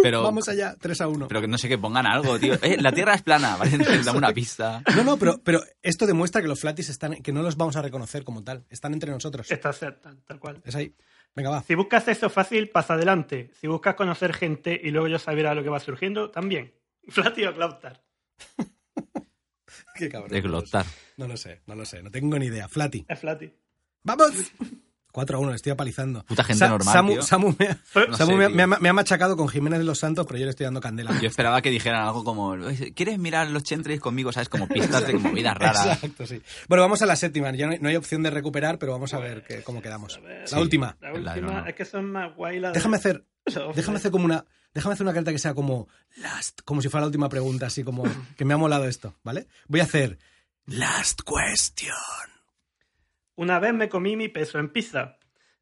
Speaker 2: Pero-
Speaker 1: Vamos allá, 3 a 1.
Speaker 2: Pero que no sé que pongan algo, tío. Eh, la tierra es plana, ¿vale? Dame una pista.
Speaker 1: No, no, pero, pero esto demuestra que los flatis están, que no los vamos a reconocer como tal. Están entre nosotros.
Speaker 6: Está cer- tal, tal cual.
Speaker 1: Es ahí. Venga, va.
Speaker 6: Si buscas eso fácil, pasa adelante. Si buscas conocer gente y luego yo saber a lo que va surgiendo, también. Flatty o Gloptar.
Speaker 1: Qué cabrón.
Speaker 2: Es gloptar.
Speaker 1: No lo sé, no lo sé. No tengo ni idea. Flatty.
Speaker 6: Es Flatty.
Speaker 1: ¡Vamos! 4 a 1, le estoy apalizando.
Speaker 2: Puta gente normal,
Speaker 1: Samu,
Speaker 2: tío.
Speaker 1: Samu me ha,
Speaker 6: Soy-
Speaker 2: No
Speaker 1: Samu
Speaker 2: sé,
Speaker 1: me ha-
Speaker 2: tío.
Speaker 1: me ha- me ha machacado con Jiménez de los Santos, pero yo le estoy dando candela.
Speaker 2: Yo esperaba que dijeran algo como, "Oye, ¿quieres mirar los chentries conmigo? ¿Sabes? Como pistas de movidas raras.
Speaker 1: Exacto, sí. Bueno, vamos a la séptima. Ya no hay, no hay opción de recuperar, pero vamos a Pues, ver que- cómo quedamos.
Speaker 6: ver.
Speaker 1: La
Speaker 6: Sí.
Speaker 1: última.
Speaker 6: La
Speaker 2: Es la
Speaker 6: última
Speaker 2: de no, no.
Speaker 6: es que son más guay las de-
Speaker 1: Déjame hacer,
Speaker 6: Ojo.
Speaker 1: déjame hacer como una, déjame hacer una carta que sea como last, como si fuera la última pregunta, así como que me ha molado esto, ¿vale? Voy a hacer last question.
Speaker 6: Una vez me comí mi peso en pizza.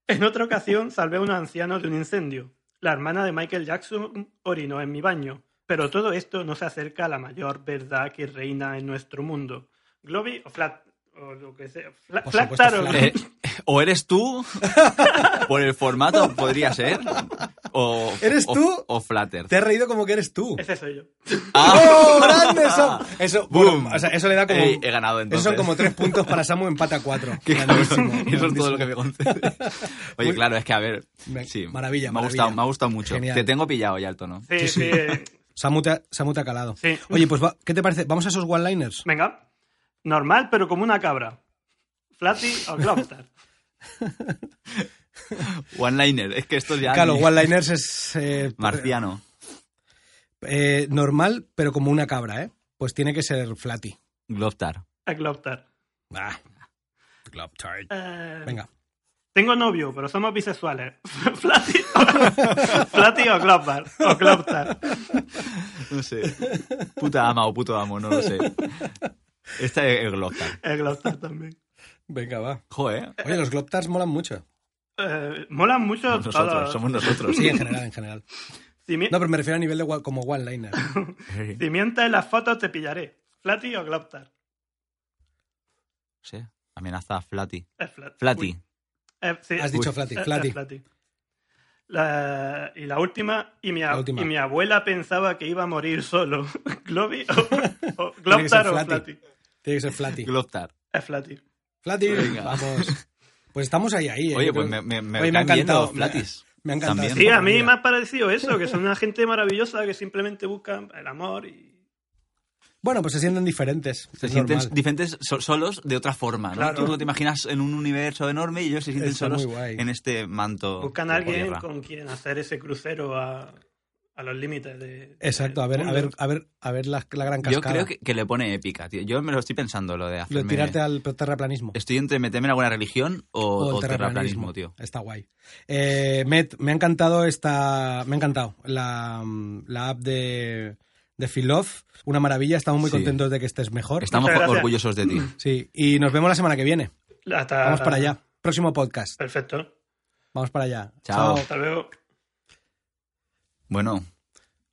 Speaker 6: En otra ocasión salvé a un anciano de un incendio. La hermana de Michael Jackson orinó en mi baño. Pero todo esto no se acerca a la mayor verdad que reina en nuestro mundo. Globy o Flat... o lo que sea. Fla-
Speaker 1: Por
Speaker 6: Flat
Speaker 1: supuesto,
Speaker 6: Taro.
Speaker 1: Flat.
Speaker 2: Eh, o eres tú, por el formato podría ser, o,
Speaker 1: ¿Eres
Speaker 2: o-
Speaker 1: tú?
Speaker 2: o Flutter. Ah,
Speaker 1: Te has reído como que eres tú.
Speaker 6: Ese soy yo.
Speaker 1: ¡Oh, grande eso! Eso,
Speaker 2: Boom.
Speaker 1: bueno, o sea, eso le da como...
Speaker 2: Ey, eh, he ganado
Speaker 1: Esos son
Speaker 2: entonces.
Speaker 1: como tres puntos para Samu, empate a cuatro.
Speaker 2: Qué cabrón.
Speaker 1: Grandísimo,
Speaker 2: Eso es todo
Speaker 1: grandísimo.
Speaker 2: lo que me concede. Oye,
Speaker 1: Muy-
Speaker 2: claro, es que a ver.
Speaker 1: Me-
Speaker 2: Sí,
Speaker 1: maravilla,
Speaker 2: me ha,
Speaker 1: maravilla.
Speaker 2: gustado, me ha gustado mucho.
Speaker 1: Genial.
Speaker 2: Te tengo pillado ya el tono.
Speaker 6: Sí, sí. eh,
Speaker 1: Samu te, ha- Samu te ha calado.
Speaker 6: Sí.
Speaker 1: Oye, pues, va- ¿qué te parece? ¿Vamos a esos one-liners?
Speaker 6: Venga. Normal, pero como una cabra. Flatty o Globstar.
Speaker 2: One-liner, es que esto ya.
Speaker 1: Claro,
Speaker 2: ni-
Speaker 1: one-liners es... eh,
Speaker 2: Marciano.
Speaker 1: eh, normal, pero como una cabra, ¿eh? Pues tiene que ser Flatty.
Speaker 2: Gloptar.
Speaker 6: Es Globstar.
Speaker 1: Ah. Globtard.
Speaker 6: Eh,
Speaker 1: Venga.
Speaker 6: Tengo novio, pero somos bisexuales. Flatty o, Flatty o Globstar. O Globstar.
Speaker 2: No sé. Puta ama o puto amo, no lo sé. Esta es el Gloptar.
Speaker 6: Es Globstar también.
Speaker 1: Venga, va.
Speaker 2: Joder.
Speaker 1: Oye, los Globtars molan mucho.
Speaker 6: Eh, molan mucho
Speaker 2: Somos
Speaker 6: todos.
Speaker 2: nosotros, somos nosotros.
Speaker 1: Sí, en general, en general.
Speaker 6: Si, mi-
Speaker 1: No, pero me refiero a nivel de one- como one-liner.
Speaker 2: Sí.
Speaker 6: si mientes en las fotos, te pillaré. Flatty o Gloptar.
Speaker 2: Sí. Amenaza a Flatty.
Speaker 6: Es flat-
Speaker 2: Flatty.
Speaker 6: Uy, es- sí,
Speaker 1: Has
Speaker 6: uy, Eh,
Speaker 1: dicho Flatty.
Speaker 6: es- es
Speaker 1: Flatty.
Speaker 6: Flatty. La- y la última y, mi a-
Speaker 1: La última.
Speaker 6: y mi abuela pensaba que iba a morir solo. Globy o, o
Speaker 1: Tiene que ser
Speaker 6: Gloptar o
Speaker 1: Flatty.
Speaker 6: Flatty.
Speaker 1: Tiene que ser Flatty.
Speaker 2: Gloptar.
Speaker 6: Es Flatty.
Speaker 1: Flatty,
Speaker 2: Venga.
Speaker 1: vamos. Pues estamos ahí, ahí. ¿eh?
Speaker 2: Oye,
Speaker 1: Yo
Speaker 2: pues me,
Speaker 1: creo-
Speaker 2: me, me
Speaker 1: Oye, me ha
Speaker 2: caen bien
Speaker 1: encantado.
Speaker 2: los Flatis.
Speaker 1: me ha encantado.
Speaker 2: También.
Speaker 1: esta
Speaker 6: Sí, a mí
Speaker 1: categoría.
Speaker 6: me ha parecido eso, que son una gente maravillosa que simplemente buscan el amor y...
Speaker 1: Bueno, pues se sienten diferentes.
Speaker 2: Se
Speaker 1: es
Speaker 2: sienten
Speaker 1: normal.
Speaker 2: diferentes so- solos de otra forma, ¿no?
Speaker 6: Claro.
Speaker 2: Tú te imaginas en un universo enorme y ellos se sienten
Speaker 1: Está
Speaker 2: solos
Speaker 1: muy guay.
Speaker 2: en este manto.
Speaker 6: Buscan
Speaker 2: de
Speaker 6: a alguien
Speaker 2: tierra.
Speaker 6: con quien hacer ese crucero a, a los límites de...
Speaker 1: Exacto,
Speaker 6: del
Speaker 1: a ver, a
Speaker 6: mundo.
Speaker 1: ver, a ver, a ver la, la gran
Speaker 2: Yo
Speaker 1: cascada.
Speaker 2: creo que, que le pone épica, tío. Yo me lo estoy pensando, lo de
Speaker 1: Lo de
Speaker 2: hacerme...
Speaker 1: tirarte al terraplanismo.
Speaker 2: Estoy entre meterme en alguna religión o,
Speaker 1: O el
Speaker 2: o terraplanismo, tío.
Speaker 1: Está guay. Eh, Met, me ha encantado esta. Me ha encantado la, la app de, de Filof. Una maravilla. Estamos muy
Speaker 2: Sí.
Speaker 1: contentos de que estés mejor.
Speaker 2: Estamos
Speaker 6: Muchas gracias.
Speaker 2: orgullosos de ti.
Speaker 1: Sí. Y nos vemos la semana que viene.
Speaker 6: Hasta-
Speaker 1: Vamos para allá. Próximo podcast.
Speaker 6: Perfecto.
Speaker 1: Vamos para allá.
Speaker 2: Chao.
Speaker 6: Hasta luego.
Speaker 2: Bueno,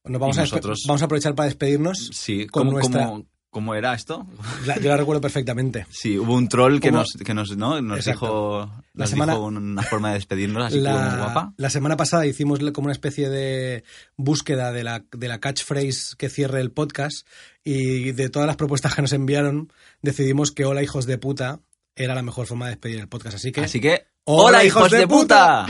Speaker 1: Nos vamos,
Speaker 2: Y
Speaker 1: a, despe-
Speaker 2: nosotros-
Speaker 1: vamos a aprovechar para despedirnos.
Speaker 2: sí,
Speaker 1: Con
Speaker 2: ¿cómo,
Speaker 1: nuestra-
Speaker 2: cómo- ¿Cómo era esto?
Speaker 1: La- yo la recuerdo perfectamente.
Speaker 2: Sí, hubo un troll que
Speaker 1: ¿Cómo?
Speaker 2: nos, que nos, ¿no? nos
Speaker 1: Exacto.
Speaker 2: dijo,
Speaker 1: La
Speaker 2: nos
Speaker 1: semana-
Speaker 2: dijo una forma de despedirnos, así que muy guapa.
Speaker 1: la semana pasada hicimos le- como una especie de búsqueda de la, de la catchphrase que cierre el podcast y de todas las propuestas que nos enviaron decidimos que hola hijos de puta era la mejor forma de despedir el podcast. Así que...
Speaker 2: Así que,
Speaker 1: ¡Hola,
Speaker 2: ¡Hola, hijos de puta!